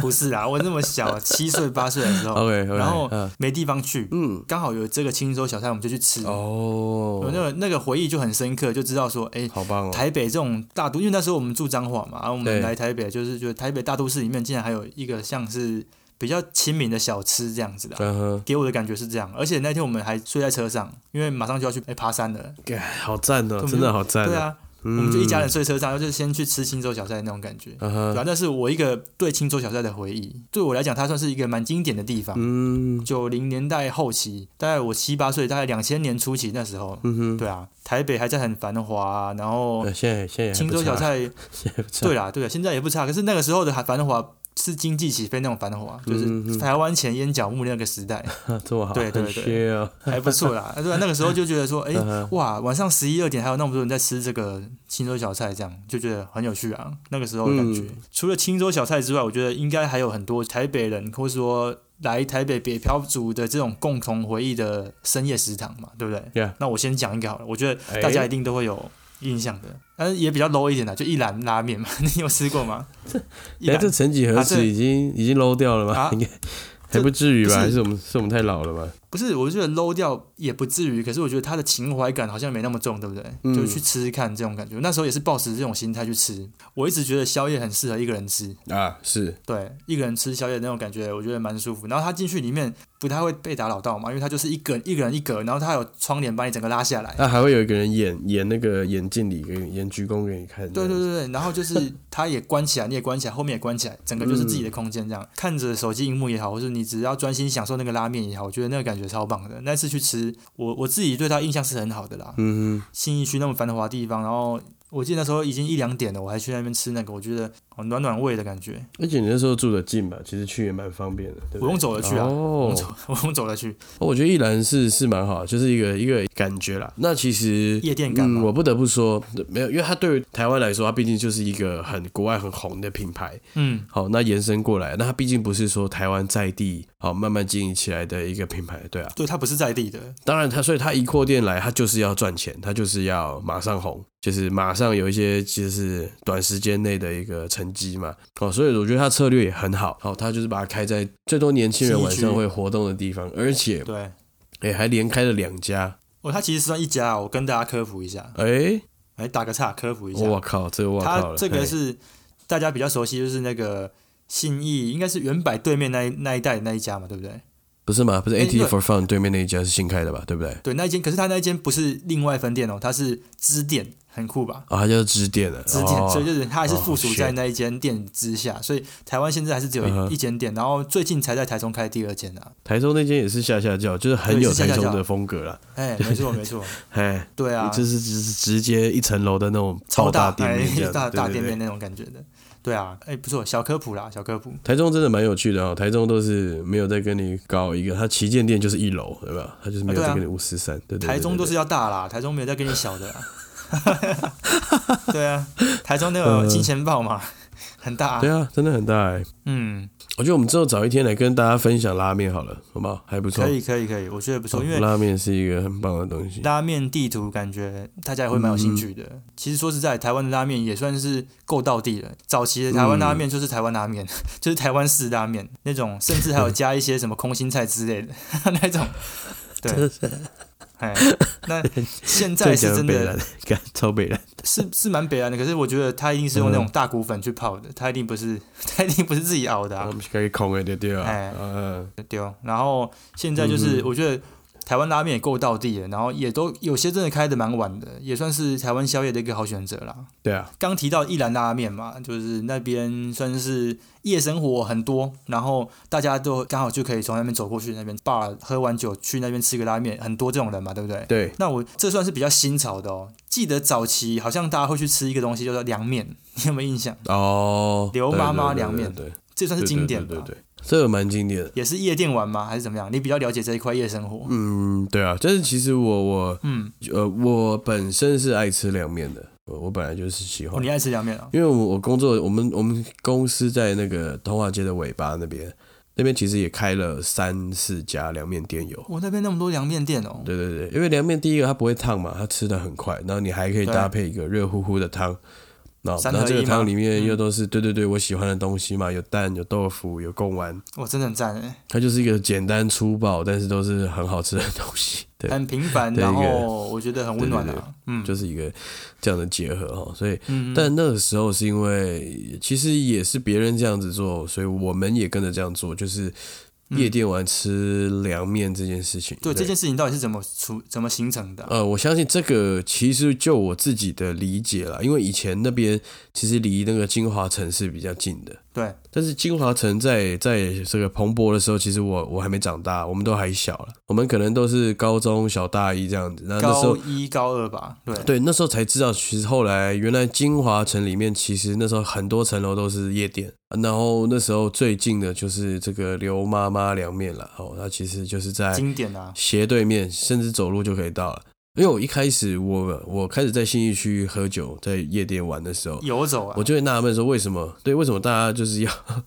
S2: 不是啊，我那么小，七岁八岁的 时候，
S1: ，OK，
S2: 哦然后
S1: 嗯
S2: 没地方去，
S1: 嗯，
S2: 刚好有这个青州小菜，我们就去吃，有那
S1: 哦，
S2: 个那个回忆就很深刻，就知道说，哎。
S1: 好棒哦，
S2: 台北这种大都，因为那时候我们住彰化嘛，然后啊我
S1: 对
S2: 们来台北，就是觉得台北大都市里面竟然还有一个像是比较亲民的小吃这样子的，
S1: 嗯哼，
S2: 给我的感觉是这样。而且那天我们还睡在车上，因为马上就要去、哎爬山了。
S1: 干好赞哦，
S2: 就
S1: 真的好赞，
S2: 对，啊，
S1: 我
S2: 我们就一家人，睡车上，然后就先去吃青州小菜那种感觉。
S1: 嗯
S2: 对
S1: 哼，
S2: 啊，那是我一个对青州小菜的回忆。对我来讲，它算是一个蛮经典的地方。
S1: 嗯，
S2: 九零年代后期，大概我七八岁，大概两千年初期那时候，
S1: 嗯哼，
S2: 对啊，台北还在很繁华啊、然后
S1: 那现在现在也还
S2: 青
S1: 不
S2: 州小
S1: 差，
S2: 菜，
S1: 现在不差
S2: 对啦，对啦，啊现在也不差。可是那个时候的繁华是经济起飞那种繁华，就
S1: 嗯
S2: 是
S1: 嗯
S2: 台湾前烟角木那个时代。
S1: 啊这么好，
S2: 对对
S1: 很
S2: 对
S1: 缺哦，
S2: 还不错啦。对啊，那个时候就觉得说，哎、
S1: 嗯哼
S2: 哇，晚上十一二点还有那么多人在吃这个青州小菜，这样就觉得很有趣啊。那个时候的感觉，
S1: 嗯
S2: 除了青州小菜之外，我觉得应该还有很多台北人，或者说来台北北漂族的这种共同回忆的深夜食堂嘛，对不对
S1: Yeah
S2: 那我先讲一个好了，我觉得
S1: 哎
S2: 大家一定都会有。印象的，但是也比较 low 一点的，就一兰拉面嘛， 你有吃过吗？一
S1: 哎，
S2: 兰
S1: 这曾几何
S2: 啊这
S1: 时已经已经 low 掉了吗
S2: 啊？
S1: 应该还
S2: 这
S1: 不至于吧？
S2: 不是
S1: 还是我们是我们太老了吧？
S2: 不是，我觉得 low 掉也不至于，可是我觉得他的情怀感好像没那么重，对不对？
S1: 嗯
S2: 就去吃吃看这种感觉。那时候也是抱持这种心态去吃。我一直觉得宵夜很适合一个人吃，
S1: 啊，是，
S2: 对，一个人吃宵夜那种感觉，我觉得蛮舒服。然后他进去里面不太会被打扰到嘛，因为他就是一个人一个人一格，然后他有窗帘把你整个拉下来。
S1: 那啊还会有一个人演演那个眼镜里给你演鞠躬给你看，
S2: 对对对对，然后就是 他也关起来，你也关起来，后面也关起来，整个就是自己的空间这样。
S1: 嗯
S2: 看着手机荧幕也好，或是你只要专心享受那个拉面也好，我觉得那个感觉超棒的。那次去吃，我我自己对他印象是很好的啦。
S1: 嗯哼，
S2: 新义区那么繁华的地方，然后我记得那时候已经一两点了，我还去那边吃那个，我觉得哦暖暖胃的感觉。
S1: 而且你那时候住的近吧，其实去也蛮方便的，对不对
S2: 我用走了去啊，
S1: 哦
S2: 我用，走我用走了去，
S1: 我觉得一兰是是蛮好的，就是一个一个感觉啦。那其实
S2: 夜店感
S1: 嗯，
S2: 嘛
S1: 我不得不说，没有，因为它对于台湾来说，它毕竟就是一个很国外很红的品牌。
S2: 嗯，
S1: 好，那延伸过来，那它毕竟不是说台湾在地好慢慢经营起来的一个品牌，对啊。
S2: 对，它不是在地的，
S1: 当然它，所以它一扩店来，它就是要赚钱，它就是要马上红，就是马上有一些就是短时间内的一个成绩嘛。哦，所以我觉得它策略也很好，好、哦，它就是把它开在最多年轻人晚上会活动的地方，而且
S2: 对。
S1: 哎还连开了两家，
S2: 哦，它其实算一家哦，我跟大家科普一下，
S1: 哎，
S2: 来打个岔，科普一下，
S1: 我靠，这个我靠
S2: 它
S1: 了，
S2: 这
S1: 嘿
S2: 个是大家比较熟悉，就是那个信义，应该是原百对面那一那一带那一家嘛，对不对？
S1: 不是吗？不是
S2: 哎
S1: AT
S2: 对
S1: for Fun 对面那一家是新开的吧？对不对？
S2: 对，那一间，可是它那一间不是另外分店哦，它是支店，很酷吧？
S1: 啊、它叫支店的，
S2: 支店，
S1: 哦
S2: 所以就是它还是附
S1: 哦
S2: 属
S1: 是
S2: 在那一间店之下，所以台湾现在还是只有一,、
S1: 嗯哼
S2: 一间店，然后最近才在台中开第二间啊。
S1: 台中那间也是下下叫，就是很
S2: 对
S1: 有
S2: 是下
S1: 台
S2: 下
S1: 中
S2: 叫
S1: 的风格啦。
S2: 哎，没错没错，
S1: 哎，
S2: 对啊，
S1: 就是直直接一层楼的那种
S2: 超
S1: 爆
S2: 大
S1: 店面这
S2: 哎
S1: 样，
S2: 大大
S1: 对对
S2: 店
S1: 对
S2: 面那种感觉的，对啊，哎不错，小科普啦，小科普，
S1: 台中真的蛮有趣的哦，台中都是没有在跟你搞一个，它旗舰店就是一楼，对吧？它就是没有
S2: 啊对啊
S1: 在跟你五四三，对对对对
S2: 台中都是要大啦，台中没有在跟你小的 啦。对啊，台中那有金钱豹嘛，很大、
S1: 呃对啊，真的很大哎。
S2: 嗯，
S1: 我觉得我们之后找一天来跟大家分享拉面好了，好不好？还不错，
S2: 可以可以可以，我觉得不错，
S1: 哦
S2: 因为
S1: 拉面是一个很棒的东西。
S2: 拉面地图感觉大家也会蛮有兴趣
S1: 嗯
S2: 的。其实说实在，台湾的拉面也算是够到地了。早期的台湾拉面就是台湾拉面，
S1: 嗯
S2: 就是台湾式拉面那种，甚至还有加一些什么空心菜之类的 那种。对，哎，那现在是真
S1: 北
S2: 的
S1: 兰， 干超北兰，
S2: 是是蛮北蓝的，可是我觉得它一定是用那
S1: 嗯
S2: 种大骨粉去泡的，它一定不是 它一定不是自己熬的、
S1: 我
S2: 啊，
S1: 们是可以空的对对啊
S2: 哎，
S1: 嗯，
S2: 对哦。然后现在就是
S1: 嗯
S2: 我觉得台湾拉面也够到地了，然后也都有些真的开的蛮晚的，也算是台湾宵夜的一个好选择啦。
S1: 对啊，
S2: 刚提到一兰拉面嘛，就是那边算是夜生活很多，然后大家都刚好就可以从那边走过去那边 bar 喝完酒去那边吃个拉面，很多这种人嘛，对不对？
S1: 对，
S2: 那我这算是比较新潮的哦。记得早期好像大家会去吃一个东西，叫做凉面， 你有没有印象？
S1: 哦，
S2: 刘妈妈
S1: 对对对
S2: 凉面
S1: 对，对
S2: 这算是经典吧？
S1: 对对对，对这个蛮经典的。
S2: 也是夜店玩吗？还是怎么样？你比较了解这一块夜生活？
S1: 嗯，对啊，但是其实我我
S2: 嗯，
S1: 呃，我本身是爱吃凉面的，我我本来就是喜
S2: 哦，
S1: 欢
S2: 你，爱吃凉面哦。
S1: 因为我我工作，我们我们公司在那个通化街的尾巴那边，那边其实也开了三四家凉面店有。
S2: 我、那边那么多凉面店哦。
S1: 对对对，因为凉面第一个它不会烫嘛，它吃的很快，然后你还可以
S2: 对
S1: 搭配一个热乎乎的汤，然后
S2: 三
S1: 然
S2: 合一
S1: 后这个汤
S2: 吗
S1: 里面
S2: 嗯
S1: 又都是、对对对我喜欢的东西嘛，有蛋有豆腐有贡丸，
S2: 我、真的很赞哎，
S1: 它就是一个简单粗暴，但是都是很好吃的东西。 对，
S2: 很平凡，
S1: 对
S2: 然
S1: 一个
S2: 后我觉得很温暖
S1: 对
S2: 啊。嗯，
S1: 就是一个这样的结合哈，所以
S2: 嗯，
S1: 但那个时候是因为其实也是别人这样子做，所以我们也跟着这样做，就是夜店玩吃凉面这件事情。
S2: 嗯对这件事情到底是怎么出怎么形成的啊、
S1: 呃，我相信这个其实就我自己的理解啦，因为以前那边其实离那个金华城是比较近的，
S2: 对，
S1: 但是金华城在在这个蓬勃的时候，其实我我还没长大，我们都还小了，我们可能都是高中小大一这样子，呃然后那时候
S2: 高一高二吧。对，
S1: 对，那时候才知道，其实后来原来金华城里面其实那时候很多层楼都是夜店，然后那时候最近的就是这个刘妈妈凉面了，哦，那其实就是在
S2: 经典啊。
S1: 斜对面，甚至走路就可以到了。因为我一开始我我开始在信义区喝酒，在夜店玩的时候，
S2: 游走啊，
S1: 我就会纳闷说，为什么对为什么大家就是 要
S2: 嗯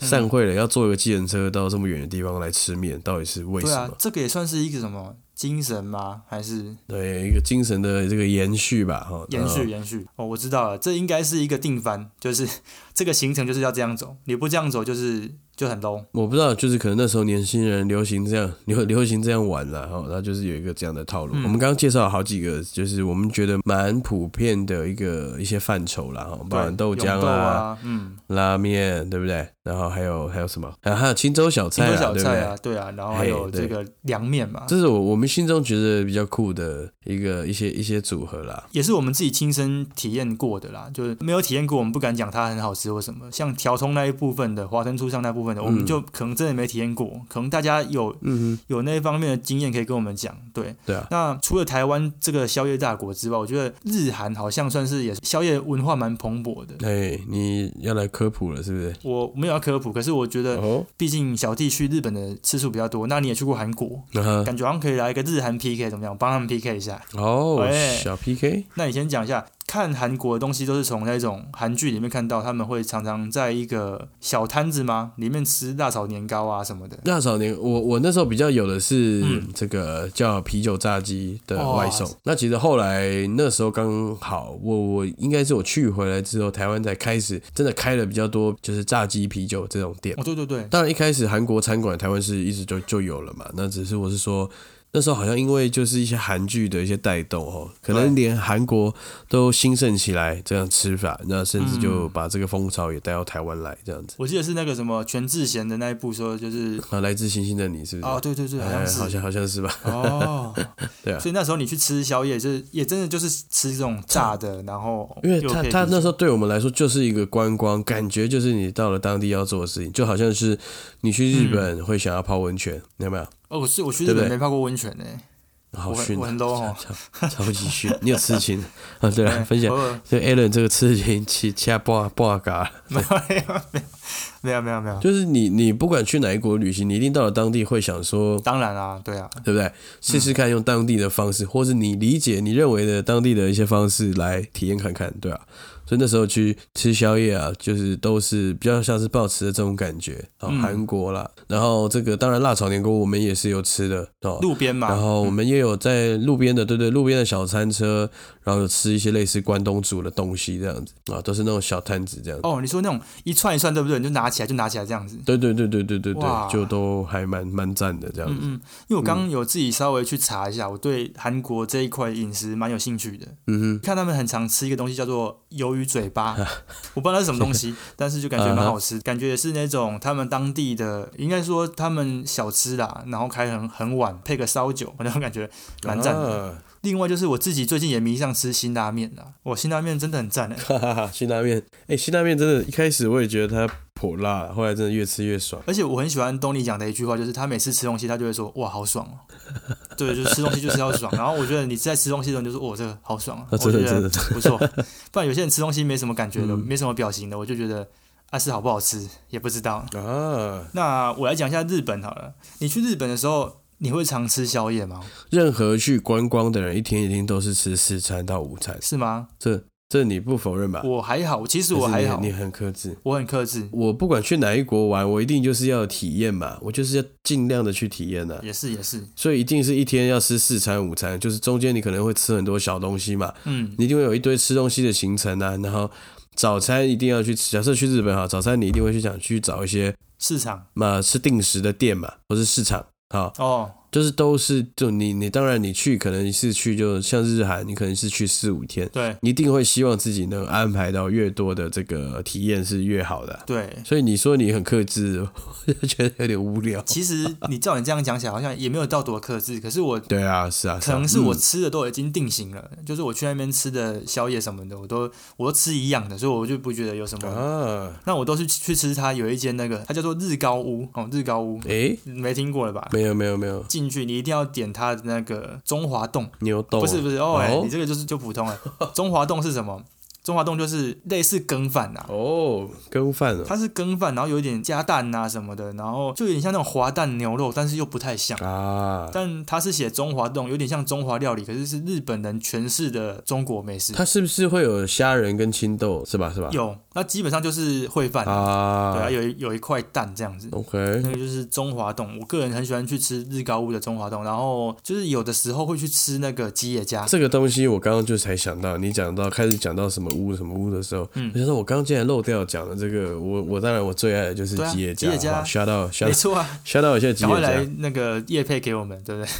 S1: 散会了，要坐一个计程车到这么远的地方来吃面，到底是为什
S2: 对啊
S1: 么？，
S2: 这个也算是一个什么精神吗？还是
S1: 对，一个精神的这个延续吧，哈、哦，
S2: 啊延续延续？哦，我知道了，这应该是一个定番，就是 这个行程就是要这样走，你不这样走就是就很 low。
S1: 我不知道，就是可能那时候年轻人流行这样 流流行这样玩啦，然后然后就是有一个这样的套
S2: 嗯
S1: 路。我们刚刚介绍了好几个，就是我们觉得蛮普遍的一个一些范畴啦，哈，包含
S2: 对
S1: 豆浆
S2: 永豆
S1: 啦、
S2: 啊，嗯，
S1: 拉面，对不对？然后还有还有什么？还有还有青州小
S2: 青
S1: 菜
S2: 州
S1: 啦，
S2: 小
S1: 对不
S2: 菜
S1: 对？
S2: 啊，对啊，然后还有
S1: 嘿
S2: 这
S1: 对
S2: 个凉面嘛，
S1: 这是我我们心中觉得比较酷的一个一些一些组合啦。
S2: 也是我们自己亲身体验过的啦，就是没有体验过，我们不敢讲它很好吃或什么。像调通那一部分的，华灯初上那部分分的，我们就可能真的没体验过，可能大家有
S1: 嗯哼，
S2: 有那方面的经验可以跟我们讲。对，
S1: 对啊，
S2: 那除了台湾这个宵夜大国之外，我觉得日韩好像算是也宵夜文化蛮蓬勃的。
S1: 哎，你要来科普了是不是？
S2: 我没有要科普，可是我觉得，
S1: 哦，
S2: 毕竟小弟去日本的次数比较多，那你也去过韩国，
S1: 然后
S2: 感觉好像可以来一个日韩 PK，怎么样？帮他们 PK 一下。
S1: 哦，
S2: 哎
S1: 小 PK，
S2: 那你先讲一下，看韩国的东西都是从那种韩剧里面看到，他们会常常在一个小摊子吗？里面吃辣炒年糕啊什么的。
S1: 那少年，我我那时候比较有的是
S2: 嗯
S1: 这个叫啤酒炸鸡的外送
S2: 哇。
S1: 那其实后来那时候刚好，我我应该是我去回来之后，台湾才开始真的开了比较多，就是炸鸡啤酒这种店。
S2: 哦，对对对，
S1: 当然一开始韩国餐馆台湾是一直就就有了嘛，那只是我是说。那时候好像因为就是一些韩剧的一些带动哦，可能连韩国都兴盛起来这样吃法，那甚至就把这个风潮也带到台湾来这样子。
S2: 我记得是那个什么全智贤的那一部说就是。
S1: 啊，来自星星的你是不是？
S2: 哦，对对对，好
S1: 哎
S2: 像是，
S1: 好像好像是吧？，
S2: 哦
S1: 对啊
S2: 所以那时候你去吃宵夜，就是也真的就是吃这种炸的，然后
S1: 因为
S2: 又
S1: 他
S2: 配
S1: 他
S2: 啤酒
S1: 那时候对我们来说就是一个观光，感觉就是你到了当地要做的事情，就好像是你去日
S2: 嗯
S1: 本会想要泡温泉，你有没有？
S2: 哦，我是我去
S1: 对
S2: 日
S1: 不
S2: 本
S1: 对
S2: 没泡过温泉欸呢、
S1: 好
S2: 我很
S1: 逊
S2: 我
S1: 啊
S2: 很 low 哦，
S1: 超超级逊！你有刺青 啊？对 啊，
S2: 哎
S1: 分享
S2: 偶尔
S1: 对 Alan 这个刺青，其掐爆爆嘎，
S2: 没有没有没有没 有没有，
S1: 就是你你不管去哪一国旅行，你一定到了当地会想说，
S2: 当然啦、对啊，
S1: 对不对？试试看用当地的方式，或是你理解你认为的当地的一些方式来体验看看，对啊。所以那时候去吃宵夜啊，就是都是比较像是抱持的这种感觉哦，
S2: 嗯
S1: 韩国啦，然后这个当然辣炒年糕我们也是有吃的哦，
S2: 路边嘛，
S1: 然后我
S2: 嗯
S1: 们也有在路边的，对对，路边的小餐车，然后有吃一些类似关东煮的东西这样子啊，都是那种小摊子这样子。
S2: 哦，你说那种一串一串，对不对？你就拿起来就拿起来这样子。
S1: 对对对对对对
S2: 哇
S1: 对，就都还蛮蛮赞的这样
S2: 嗯
S1: 子。
S2: 嗯，因为我刚刚有自己稍微去查一下，我对韩国这一块饮食蛮有兴趣的。
S1: 嗯哼，
S2: 看他们很常吃一个东西叫做鱿鱼嘴 巴，我不知道那是什么东西，但是就感觉蛮好
S1: 嗯
S2: 吃，感觉也是那种他们当地的，应该说他们小吃啦，然后开很很晚，配个烧酒，那种感觉蛮赞的。
S1: 的。
S2: 另外就是我自己最近也迷上吃辛拉面啦，我辛拉面真的很赞诶、欸
S1: 哈哈哈，辛拉面，哎，辛拉面真的，一开始我也觉得它颇辣，后来真的越吃越爽。
S2: 而且我很喜欢东尼讲的一句话，就是他每次吃东西，他就会说：“哇，好爽哦！”对，就是吃东西就是要爽。然后我觉得你在吃东西的时候，你就说：“哦，这个好 爽啊！”
S1: 啊，真的
S2: 我觉
S1: 真
S2: 得
S1: 的，真的
S2: 不错。不然有些人吃东西没什么感
S1: 嗯
S2: 觉的，没什么表情的，我就觉得啊是好不好吃也不知道。
S1: 啊，
S2: 那我来讲一下日本好了。你去日本的时候，你会常吃宵夜吗？
S1: 任何去观光的人，一天一定都是吃四餐到五餐，
S2: 是吗？
S1: 这这你不否认吧？
S2: 我还好，其实我
S1: 还
S2: 还
S1: 是
S2: 好
S1: 你，你很克制。
S2: 我很克制。
S1: 我不管去哪一国玩，我一定就是要有体验嘛，我就是要尽量的去体验的、
S2: 也是也是，
S1: 所以一定是一天要吃四餐午餐，就是中间你可能会吃很多小东西嘛，
S2: 嗯，
S1: 你一定会有一堆吃东西的行程啊，然后早餐一定要去吃，假设去日本哈，早餐你一定会去想去找一些
S2: 市场
S1: 嘛吃定时的店嘛，或是市场。好，
S2: 哦，
S1: 就是都是就你你当然你去可能是去就像日韩，你可能是去四五天，
S2: 对
S1: 你一定会希望自己能安排到越多的这个体验是越好的啊、
S2: 对。
S1: 所以你说你很克制，我就觉得有点无 聊。
S2: 其实你照你这样讲起来，好像也没有到多克制，可是我
S1: 对啊，是啊，
S2: 可能是我
S1: 嗯
S2: 吃的都已经定型了，就是我去那边吃的宵夜什么的，我都我都吃一样的，所以我就不觉得有什么
S1: 啊，
S2: 那我都是去吃它有一间那个，它叫做日高屋哦，日高屋
S1: 诶，
S2: 没听过了吧？
S1: 没有没有没有，
S2: 进去你一定要点它的那个中华冻，
S1: 牛豆
S2: 不是不是哦，哎、
S1: 哦
S2: 你这个就是就普通了。中华冻是什么？中华冻就是类似羹饭呐、啊
S1: 哦，羹饭哦
S2: 它是羹饭，然后有一点加蛋呐、什么的，然后就有点像那种滑蛋牛肉，但是又不太像。
S1: 啊，
S2: 但它是写中华冻，有点像中华料理，可是是日本人诠释的中国美食。
S1: 它是不是会有虾仁跟青豆是吧是吧？
S2: 有，那基本上就是烩饭，
S1: 啊，
S2: 对啊，有一有一块蛋这样子。
S1: OK，
S2: 那个就是中华洞，我个人很喜欢去吃日高屋的中华洞，然后就是有的时候会去吃那个吉野家，
S1: 这个东西我刚刚就才想到，你讲到开始讲到什么屋什么屋的时候，
S2: 嗯
S1: 我想说我刚刚竟然漏掉讲的这个，我我当然我最爱的就是
S2: 对啊
S1: 吉野
S2: 吉野家
S1: 家，吓到吓
S2: 没
S1: 到
S2: 错啊，
S1: 吓到一下吉
S2: 赶快
S1: 野
S2: 来
S1: 家，
S2: 那个叶配给我们，对不对？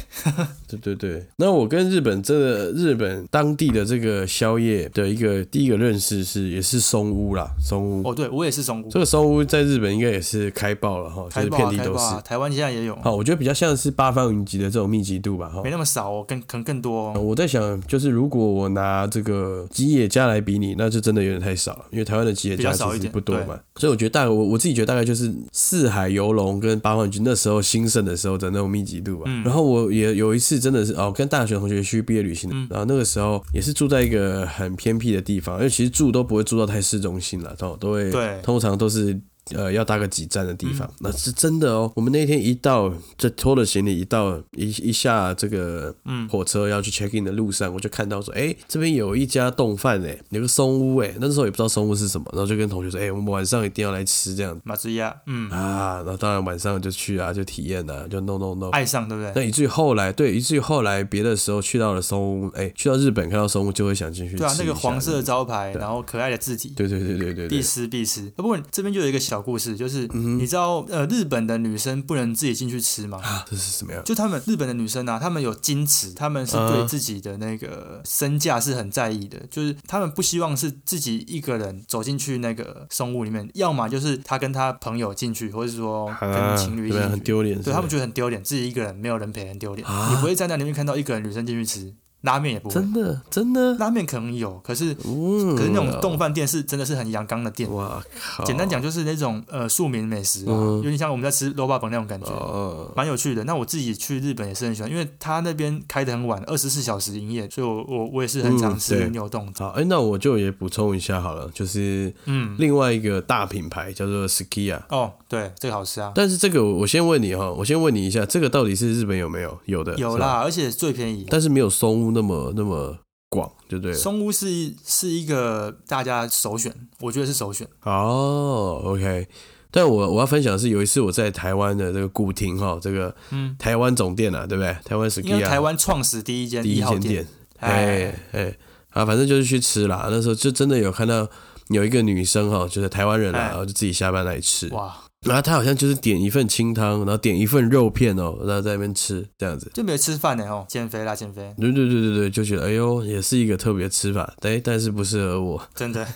S1: 对对对，那我跟日本这个日本当地的这个宵夜的一个第一个认识是也是松屋啦，松屋。
S2: 哦，对我也是中
S1: 这
S2: 国，
S1: 个松屋在日本应该也是开爆了哈，就
S2: 台
S1: 是
S2: 爆啊
S1: 遍地
S2: 台
S1: 都
S2: 爆
S1: 是哦
S2: 啊，。台湾现在也有，
S1: 好，我觉得比较像是八方云集的这种密集度吧哈
S2: 没。那么少哦，更可能更多哦。
S1: 我在想，就是如果我拿这个吉野家来比拟，那就真的有点太少了，因为台湾的吉野
S2: 比
S1: 家
S2: 较少
S1: 其
S2: 一
S1: 实
S2: 点
S1: 不多嘛。所以我觉得大概我我自己觉得大概就是四海游龙跟八方云集那时候兴盛的时候的那种密集度吧。
S2: 嗯
S1: 然后我也有一次真的是哦，跟大学同学去毕业旅行，
S2: 嗯
S1: 然后那个时候也是住在一个很偏僻的地方，因为其实住都不会住到太市中心了，都都会
S2: 对
S1: 通常都是。呃，要搭个几站的地
S2: 嗯
S1: 方，那是真的哦。我们那天一到，这拖着行李一到一一下这个
S2: 嗯
S1: 火车要去 check in 的路上，我就看到说，哎、这边有一家冻饭哎，有个松屋哎、那时候也不知道松屋是什么，然后就跟同学说，哎、我们晚上一定要来吃这样
S2: 马之亚，嗯，
S1: 啊，然后当然晚上就去啊，就体验啊，就 no no no。
S2: 爱上对不对？
S1: 那以至于后来，对，以至于后来别的时候去到了松屋，哎、去到日本看到松屋就会想进去吃
S2: 对啊，那个
S1: 一下
S2: 黄色的
S1: 这样
S2: 招牌，然后可爱的字体，
S1: 对对对对对嗯
S2: 必
S1: 对，
S2: 吃必吃。啊不过这边就有一个小故事，就是你知道，呃，日本的女生不能自己进去吃吗？
S1: 啊，这是什么样？
S2: 就他们日本的女生啊，她们有矜持，她们是
S1: 嗯
S2: 对自己的那个身价是很在意的，就是她们不希望是自己一个人走进去那个松屋里面，要么就是她跟她朋友进去，或者是说跟情侣一
S1: 对
S2: 起
S1: 啊很
S2: 去，
S1: 丢脸，
S2: 对他们
S1: 就
S2: 觉得很丢脸，自己一个人没有人陪很丢脸。
S1: 啊
S2: 你不会在那里面看到一个人女生进去吃拉面也不会，
S1: 真的真的，
S2: 拉面可能有，可是
S1: 嗯，
S2: 可是那种冻饭店是真的是很阳刚的店。
S1: 哇靠，
S2: 简单讲就是那种呃庶民美食、啊，
S1: 哦嗯
S2: 有点像我们在吃肉霸本那种感觉。
S1: 哦，
S2: 蛮有趣的。那我自己去日本也是很喜欢，因为他那边开的很晚，二十四小时营业，所以我我我也是很常
S1: 嗯
S2: 吃
S1: 对
S2: 牛冻。
S1: 好，哎、那我就也补充一下好了，就是
S2: 嗯，
S1: 另外一个大品牌叫做 Skia。
S2: 哦，对，这个好吃啊，
S1: 但是这个我我先问你哈，我先问你一下，这个到底是日本有没有？有的，
S2: 有
S1: 是吧，
S2: 啦，而且最便宜。
S1: 但是没有松屋那么那么广，对不对了？
S2: 松屋是是一个大家首选，我觉得是首选。
S1: 哦，OK。但我我要分享的是，有一次我在台湾的这个古亭哈，这个
S2: 嗯
S1: 台湾总店啊，对不对？台湾 Skia
S2: 因为台湾创始第一间
S1: 第一
S2: 号
S1: 间店，哎
S2: 哎，
S1: 哎啊，反正就是去吃啦。那时候就真的有看到有一个女生哈，就是台湾人啦，
S2: 哎
S1: 然后就自己下班来吃，
S2: 哇，
S1: 然后她好像就是点一份清汤，然后点一份肉片哦，然后在那边吃这样子。
S2: 就没有吃饭呢哦，减肥啦，减肥，
S1: 对对对对对，就觉得哎呦，也是一个特别吃法，但但是不适合我。
S2: 真的。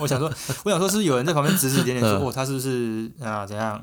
S2: 我想说，我想说是不是有人在旁边指指点点说，
S1: 嗯
S2: 哦，他是不是啊怎样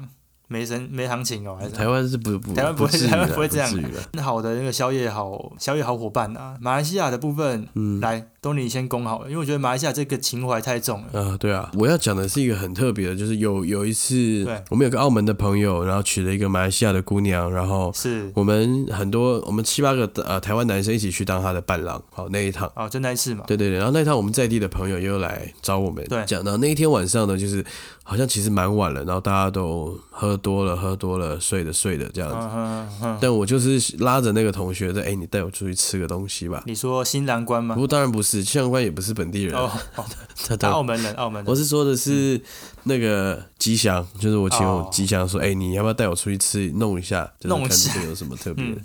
S2: 没神没行情哦，还是怎样
S1: 台湾是不不
S2: 台湾不会
S1: 至于啦
S2: 台湾不会这样啊
S1: 至于了。
S2: 好的那个宵夜好宵夜好伙伴啊，马来西亚的部分，
S1: 嗯
S2: 来东尼先攻好了，因为我觉得马来西亚这个情怀太重了。
S1: 啊，对啊，我要讲的是一个很特别的，就是有有一次
S2: 对，
S1: 我们有个澳门的朋友，然后娶了一个马来西亚的姑娘，然后
S2: 是
S1: 我们很多我们七八个呃台湾男生一起去当他的伴郎，好那一趟。
S2: 哦，就那一次嘛，
S1: 对对对，然后那一趟我们在地的朋友又来找我们
S2: 对
S1: 讲到那一天晚上呢，就是好像其实蛮晚了，然后大家都喝多了，喝多了，睡的睡的这样子。
S2: 嗯哼哼，
S1: 但我就是拉着那个同学说：“哎、你带我出去吃个东西吧。
S2: 你说新郎官”吗
S1: 不？过当然不是，相关也不是本地人，
S2: 嗯
S1: 啊
S2: 哦，哦
S1: 他当
S2: 澳门人，澳门人
S1: 我，是说的是那个吉祥，就是我请我
S2: 哦
S1: 吉祥说：“哎、你要不要带我出去吃弄一下？就是
S2: 弄一
S1: 看
S2: 下嗯
S1: 这个有什么特别的？”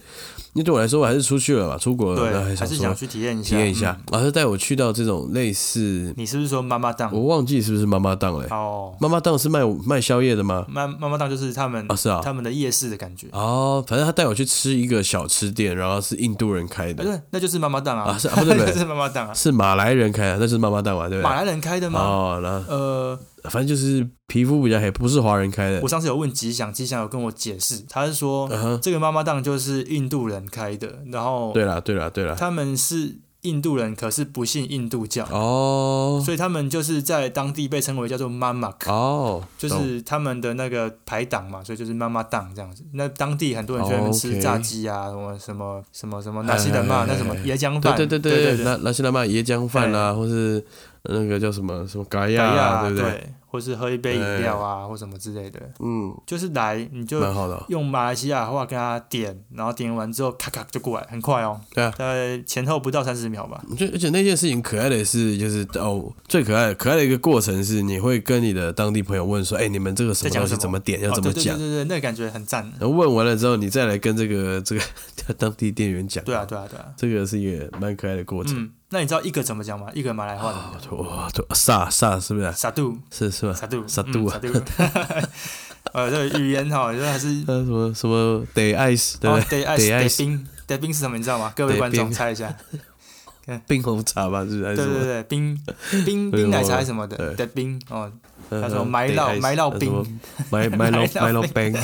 S1: 因为对我来说，我还是出去了嘛，出国了，那
S2: 对，还
S1: 想
S2: 是
S1: 说
S2: 想去体验一下，
S1: 体验一下
S2: 嗯。。
S1: 然后他带我去到这种类似，
S2: 你是不是说妈妈档？
S1: 我忘记是不是妈妈档嘞？
S2: 哦，
S1: 妈妈档是卖卖宵夜的吗？
S2: 妈妈妈档就是他们
S1: 啊，是啊。
S2: 他们的夜市的感觉。
S1: 哦，反正他带我去吃一个小吃店，然后是印度人开
S2: 哎，
S1: 的，
S2: 对，那就是妈妈档
S1: 啊
S2: 啊，
S1: 是啊不对不
S2: 那
S1: 对
S2: 就是妈妈档啊，
S1: 是马来人开的，那就是妈妈档嘛，对不对
S2: 马？来人开的吗？
S1: 哦，然后
S2: 呃，
S1: 反正就是皮肤比较黑，不是华人开的
S2: 我。上次有问吉祥，吉祥有跟我解释，他是说
S1: 嗯哼，
S2: 这个妈妈档就是印度人开的，然后
S1: 对啦，对啦，对啦。
S2: 他们是印度人，可是不信印度教，
S1: 哦
S2: 所以他们就是在当地被称为叫做妈妈，
S1: 哦，
S2: 就
S1: 懂
S2: 是他们的那个排档嘛，所以就是妈妈档这样子。那当地很多人去那边
S1: 哦，OK
S2: 吃炸鸡啊，什么什么什么什么
S1: 哎
S2: 那些的嘛，
S1: 哎
S2: 那什么
S1: 哎
S2: 椰浆
S1: 对
S2: 饭，
S1: 对对
S2: 对
S1: 对对，
S2: 对，
S1: 拿拿西兰麦椰浆饭啦，或是那个叫什么什么嘎
S2: 对
S1: 呀，
S2: 呀
S1: 对不对？
S2: 对，或是喝一杯饮料啊，或什么之类的，
S1: 嗯，
S2: 就是来你就
S1: 蛮好的哦。
S2: 用马来西亚话跟他点，然后点完之后咔咔就过来，很快哦，
S1: 对啊
S2: 大概前后不到三十秒吧。
S1: 就而且那件事情可爱的是，就是哦，最可爱可爱的一个过程是，你会跟你的当地朋友问说，哎，你们这个什么
S2: 在讲
S1: 东西
S2: 什么
S1: 怎么点，要怎么
S2: 哦、对对
S1: 讲
S2: 对？对对，那个感觉很赞。
S1: 然后问完了之后，你再来跟这个这个当地店员讲。
S2: 对啊，，对啊，对啊。
S1: 这个是一个蛮可爱的过程。
S2: 嗯，那你知道一个怎么讲吗？一个马来话怎么讲？
S1: 哇，对萨萨是不是啊？
S2: 傻度，
S1: 是是吧？
S2: 傻度，
S1: 傻度
S2: 嗯
S1: 啊
S2: 傻度。 呃，这个语言哈，就是还是
S1: 那什么什么得爱死，对不
S2: 哦
S1: 对？
S2: 得爱
S1: 得爱
S2: 得
S1: 死
S2: 冰，的冰是什么？你知道吗？各位
S1: 对
S2: 观众
S1: 冰
S2: 猜 一下，
S1: 冰红茶吧，是不是？还是
S2: 对
S1: 什
S2: 对
S1: 么
S2: 对，冰 冰
S1: 对
S2: 冰奶茶
S1: 我
S2: 还是什么的
S1: 对
S2: 的冰哦，
S1: 呃
S2: 他说
S1: 呃
S2: 埋到
S1: 北海
S2: 埋到
S1: 呃
S2: 冰
S1: 什么 埋埋到埋到冰，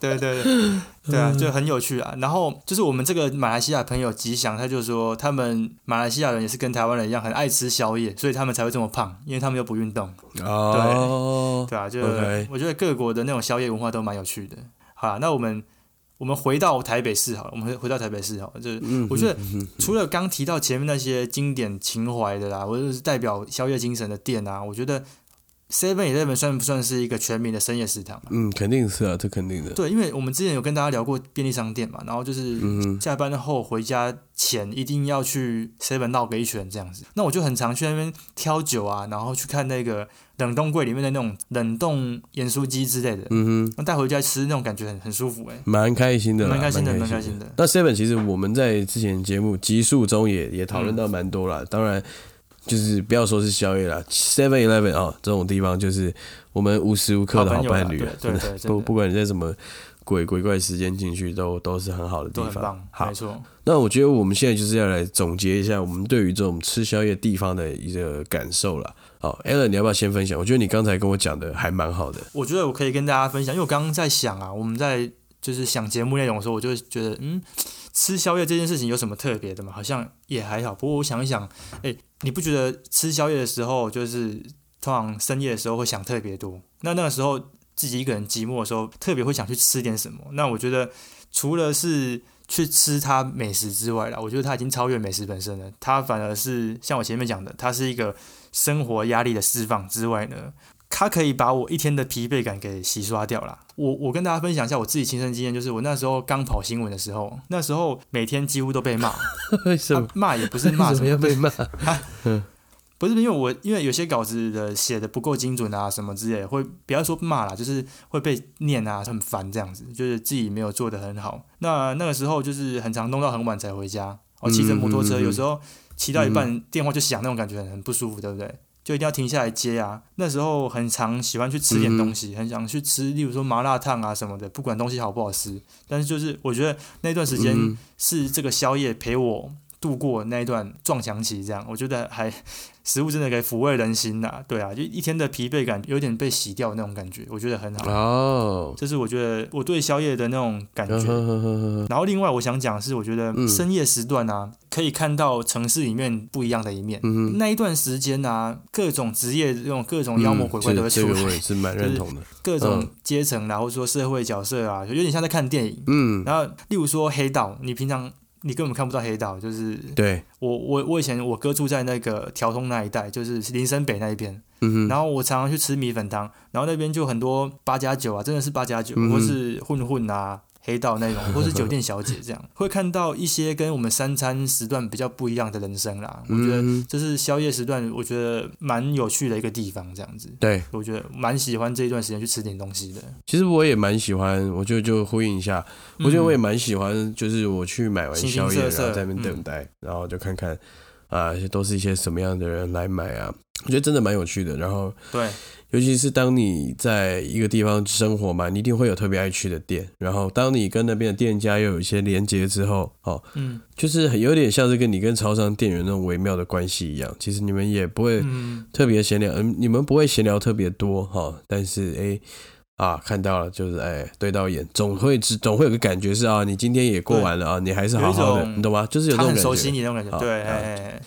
S2: 对对 对，对
S1: 嗯
S2: 啊，就很有趣啊。然后就是我们这个马来西亚朋友吉祥，他就说他们马来西亚人也是跟台湾人一样很爱吃宵夜，所以他们才会这么胖，因为他们又不运动，
S1: 哦，
S2: 对啊，就
S1: OK
S2: 我觉得各国的那种宵夜文化都蛮有趣的。好啦，那我们我们回到台北市好了，我们回回到台北市好了，就是
S1: 嗯，
S2: 我觉得除了刚提到前面那些经典情怀的啦，或者是代表宵夜精神的店啊，我觉得 Seven Eleven 算不算是一个全民的深夜食堂？
S1: 嗯，肯定是啊，这肯定的，
S2: 对，因为我们之前有跟大家聊过便利商店嘛，然后就是
S1: 嗯
S2: 下班后回家前一定要去 Seven 绕个一圈这样子。那我就很常去那边挑酒啊，然后去看那个冷冻柜里面的那种冷冻盐酥鸡之类的，
S1: 嗯
S2: 那带回家吃那种感觉很很舒服哎、
S1: 哼，蛮开心的啦，
S2: 蛮开心的，蛮
S1: 蛮
S2: 开
S1: 开
S2: 心的。
S1: 那 Seven 其实我们在之前节目集数中也也讨论到蛮多
S2: 嗯
S1: 啦，当然就是不要说是宵夜啦，Seven Eleven 啊这种地方就是我们无时无刻的好伴侣啊，
S2: 好朋友啦对
S1: 真
S2: 对对
S1: 的
S2: 真的
S1: 不不管你在什么鬼鬼怪时间进去都都是很好的地
S2: 都很
S1: 方
S2: 棒。，
S1: 好
S2: 没，错，
S1: 那我觉得我们现在就是要来总结一下我们对于这种吃宵夜地方的一个感受啦。好 a l n 你要不要先分享？我觉得你刚才跟我讲的还蛮 好的。
S2: 我觉得我可以跟大家分享，因为我刚刚在想啊，我们在就是想节目内容的时候，我就觉得，嗯，吃宵夜这件事情有什么特别的吗？好像也还好。不过我想一想，哎，你不觉得吃宵夜的时候，就是通常深夜的时候会想特别多？那那个时候自己一个人寂寞的时候，特别会想去吃点什么？那我觉得除了是。去吃它美食之外啦，我觉得它已经超越美食本身了。它反而是像我前面讲的，它是一个生活压力的释放之外呢，它可以把我一天的疲惫感给洗刷掉啦。我我跟大家分享一下我自己亲身经验，就是我那时候刚跑新闻的时候，那时候每天几乎都被骂，
S1: 为哎什
S2: 啊？骂、也不 是骂
S1: 为
S2: 什
S1: 什么
S2: 么，
S1: 要被 骂？
S2: 不是因为我因为有些稿子的写的不够精准啊什么之类的，会不要说骂啦，就是会被念啊，很烦这样子，就是自己没有做的很好。那那个时候就是很常弄到很晚才回家，哦，骑着摩托
S1: 嗯
S2: 车，
S1: 嗯嗯
S2: 有时候骑到一半电话就响，那种感觉很很不舒服，对不对？就一定要停下来接啊。那时候很常喜欢去吃
S1: 嗯
S2: 点东西，很想去吃，例如说麻辣烫啊什么的，不管东西好不好吃，但是就是我觉得那段时间
S1: 嗯
S2: 是这个宵夜陪我度过那一段撞墙期，这样我觉得还食物真的可以抚慰人心呐、对啊，就一天的疲惫感有点被洗掉那种感觉，我觉得很好。
S1: 哦，
S2: 这是我觉得我对宵夜的那种感觉。然后另外我想讲的是，我觉得
S1: 嗯
S2: 深夜时段啊，可以看到城市里面不一样的一面。
S1: 嗯
S2: 那一段时间啊，各种职业这种各种
S1: 哼，
S2: 妖魔鬼怪都会
S1: 嗯这
S2: 出
S1: 个
S2: 来，
S1: 我也是蛮认同的。
S2: 各种
S1: 嗯
S2: 阶层啊，或者说社会角色啊，就有点像在看电影。
S1: 嗯，
S2: 然后，例如说黑道，你平常你根本看不到黑道，就是
S1: 对，
S2: 我我我以前我哥住在那个调通那一带，就是林森北那一边，
S1: 嗯哼，
S2: 然后我常常去吃米粉汤，然后那边就很多八加九啊，真的是八加九，
S1: 嗯
S2: 或是混混啊、黑道那种， 或是酒店小姐这样，会看到一些跟我们三餐时段比较不一样的人生啦。我觉得
S1: 嗯哼
S2: 这是宵夜时段，我觉得蛮有趣的一个地方，这样子。
S1: 对，
S2: 我觉得蛮喜欢这一段时间去吃点东西的。
S1: 其实我也蛮喜欢，我就就呼应一下，
S2: 嗯
S1: 我觉得我也蛮喜欢，就是我去买完
S2: 形形
S1: 宵夜，
S2: 色
S1: 然
S2: 色
S1: 后在那边等
S2: 嗯
S1: 待，然后就看看啊，都是一些什么样的人来买啊，我觉得真的蛮有趣的。然后
S2: 对，
S1: 尤其是当你在一个地方生活嘛，你一定会有特别爱去的店。然后，当你跟那边的店家又有一些连接之后，哦，
S2: 嗯
S1: 就是很有点像是跟你跟超商店员那种微妙的关系一样。其实你们也不会
S2: 嗯，
S1: 特别闲聊，嗯，你们不会闲聊特别多哈、哦，但是诶啊，看到了就是哎，对到眼，总会知总会有个感觉是啊，你今天也过完了啊，你还是好好
S2: 有一
S1: 的，
S2: 种
S1: 你懂吗？就是有这
S2: 他
S1: 种
S2: 很
S1: 感
S2: 熟悉
S1: 觉，
S2: 你那种感觉，
S1: 好
S2: 对，
S1: 好
S2: 哎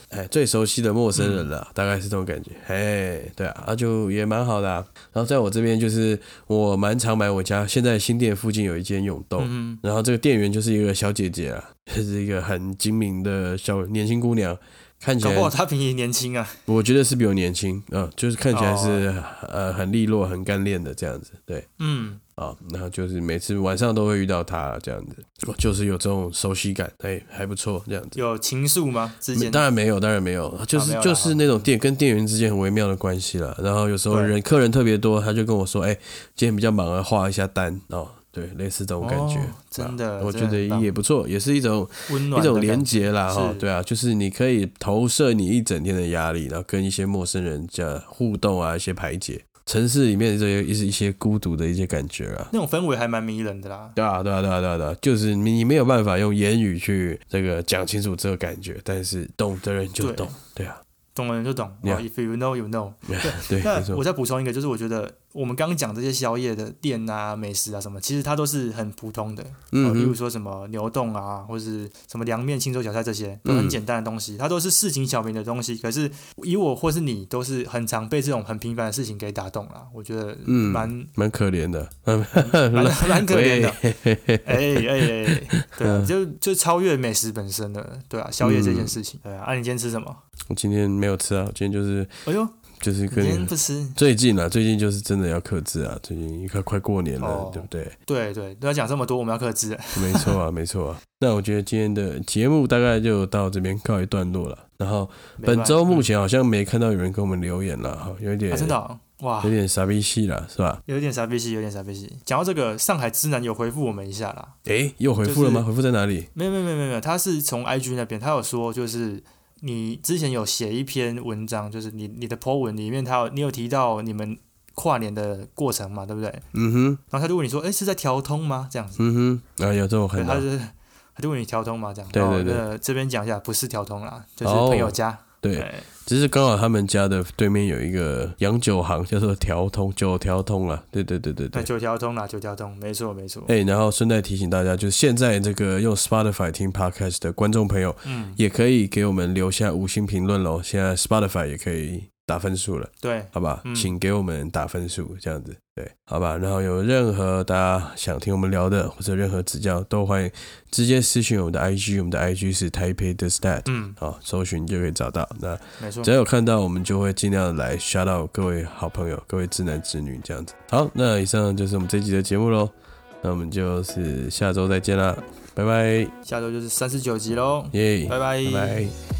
S2: 哎
S1: 哎，最熟悉的陌
S2: 嗯
S1: 生人了，大概是这种感觉，哎，对啊，啊就也蛮好的啊、然后在我这边就是我蛮常买我家现在新店附近有一间永豆，
S2: 嗯
S1: 然后这个店员就是一个小姐姐啊，就是一个很精明的小年轻姑娘，看
S2: 嗯，
S1: 起
S2: 搞
S1: 来
S2: 不好他比你年轻啊。
S1: 我觉得是比我年轻，嗯、就是看起来是、
S2: 哦
S1: 呃很利落、很干练的这样子，对
S2: 嗯。
S1: 啊、然后就是每次晚上都会遇到他这样子，哦就是有这种熟悉感，哎，还不错这样子。
S2: 有情愫吗？之
S1: 没
S2: 间啊
S1: 当然没有，当然没有，就是、
S2: 没有啦
S1: 就是那种店跟店员之间很微妙的关系了。然后有时候
S2: 对
S1: 人客人特别多，他就跟我说：“哎，今天比较忙，啊，画一下单哦。”对，类似这种感觉，
S2: 哦真的
S1: 啊我
S2: 真的
S1: 觉得
S2: 很棒
S1: 也不错，也是一种
S2: 温
S1: 一
S2: 暖的
S1: 种
S2: 感
S1: 连
S2: 觉
S1: 接啦，哈
S2: 是，
S1: 对啊，就是你可以投射你一整天的压力，然后跟一些陌生人家互动啊，一些排解，城市里面这些一些一些孤独的一些感觉啊。
S2: 那种氛围还蛮迷人的啦。
S1: 对啊，对啊，对啊，对啊，对啊，就是你你没有办法用言语去这个讲清楚这个感觉，但是懂的人就
S2: 对
S1: 懂，对啊，
S2: 懂的人就懂、
S1: Yeah.
S2: i f you know you know。
S1: 对，没
S2: 那
S1: 错
S2: 我，再补充一个，就是我觉得我们刚刚讲这些宵夜的店啊、美食啊什么，其实它都是很普通的，
S1: 嗯
S2: 呃，例如
S1: 哼，
S2: 说什么牛冻啊，或是什么凉面、清粥小菜这些，都
S1: 嗯
S2: 很简单的东西，它都是市井小民的东西。可是以我或是你，都是很常被这种很平凡的事情给打动啦。我觉得
S1: 嗯
S2: 蛮、
S1: 蛮可怜的，
S2: 蛮蛮可怜的。
S1: 喂，嗯嘿嘿
S2: 哎哎哎，对啊，就就超越美食本身了，对啊，宵夜这件事情，
S1: 嗯
S2: 对啊。啊，你今天吃什么？
S1: 我今天没有吃啊，我今天就是
S2: 哎呦，
S1: 就是
S2: 你今
S1: 跟
S2: 天
S1: 你
S2: 不吃？
S1: 最近啊，最近就是真的要克制啊，最近快快过年了，
S2: 哦
S1: 对不对？
S2: 对对，都要讲这么多，我们要克制。
S1: 没错啊，没错啊。那我觉得今天的节目大概就到这边告一段落了。然后
S2: 没
S1: 本
S2: 办法
S1: 周目前好像没看到有人给我们留言了，哈，有一点、
S2: 啊，真的哦、哇
S1: 有，点傻逼戏了，是吧？
S2: 有点傻逼戏，有点傻逼戏。讲到这个，上海之南有回复我们一下啦。
S1: 诶，又回复了吗？
S2: 就
S1: 回复在哪里？
S2: 没有没有没有没有没有，他是从 IG 那边，他有说就是你之前有写一篇文章，就是你你的 po 文里面，他有你有提到你们跨年的过程嘛，对不对？
S1: 嗯哼，
S2: 然后他就问你说，哎，是在调通吗？这样子，
S1: 嗯哼，啊，有这种很
S2: 对，他就是他就问你调通吗？这样，
S1: 对对对
S2: 然后那这边讲一下，不是调通啦，就是
S1: 哦
S2: 朋友家，
S1: 对，
S2: 对
S1: 只是刚好他们家的对面有一个洋酒行，叫做调通酒调通啊，对对对对对
S2: 对，。九条通啦，九条通，没错没错，
S1: 哎、然后顺带提醒大家，就是现在这个用 Spotify 听 Podcast 的观众朋友，
S2: 嗯，
S1: 也可以给我们留下五星评论喽。现在 Spotify 也可以打分数了，
S2: 对，
S1: 好吧？
S2: 嗯
S1: 请给我们打分数，这样子，对，好吧？然后有任何大家想听我们聊的，或者任何指教，都欢迎直接私信我们的 IG，我们的 IG 是 Taipei the Stat，
S2: 嗯，
S1: 好，搜寻就可以找到。那
S2: 没错
S1: 只，要有看到，我们就会尽量来 shout out 各位好朋友、各位直男直女这样子。好，那以上就是我们这集的节目喽，那我们就是下周再见啦，拜拜，
S2: 下周就是三十九集喽，
S1: 耶，
S2: 拜拜
S1: 拜拜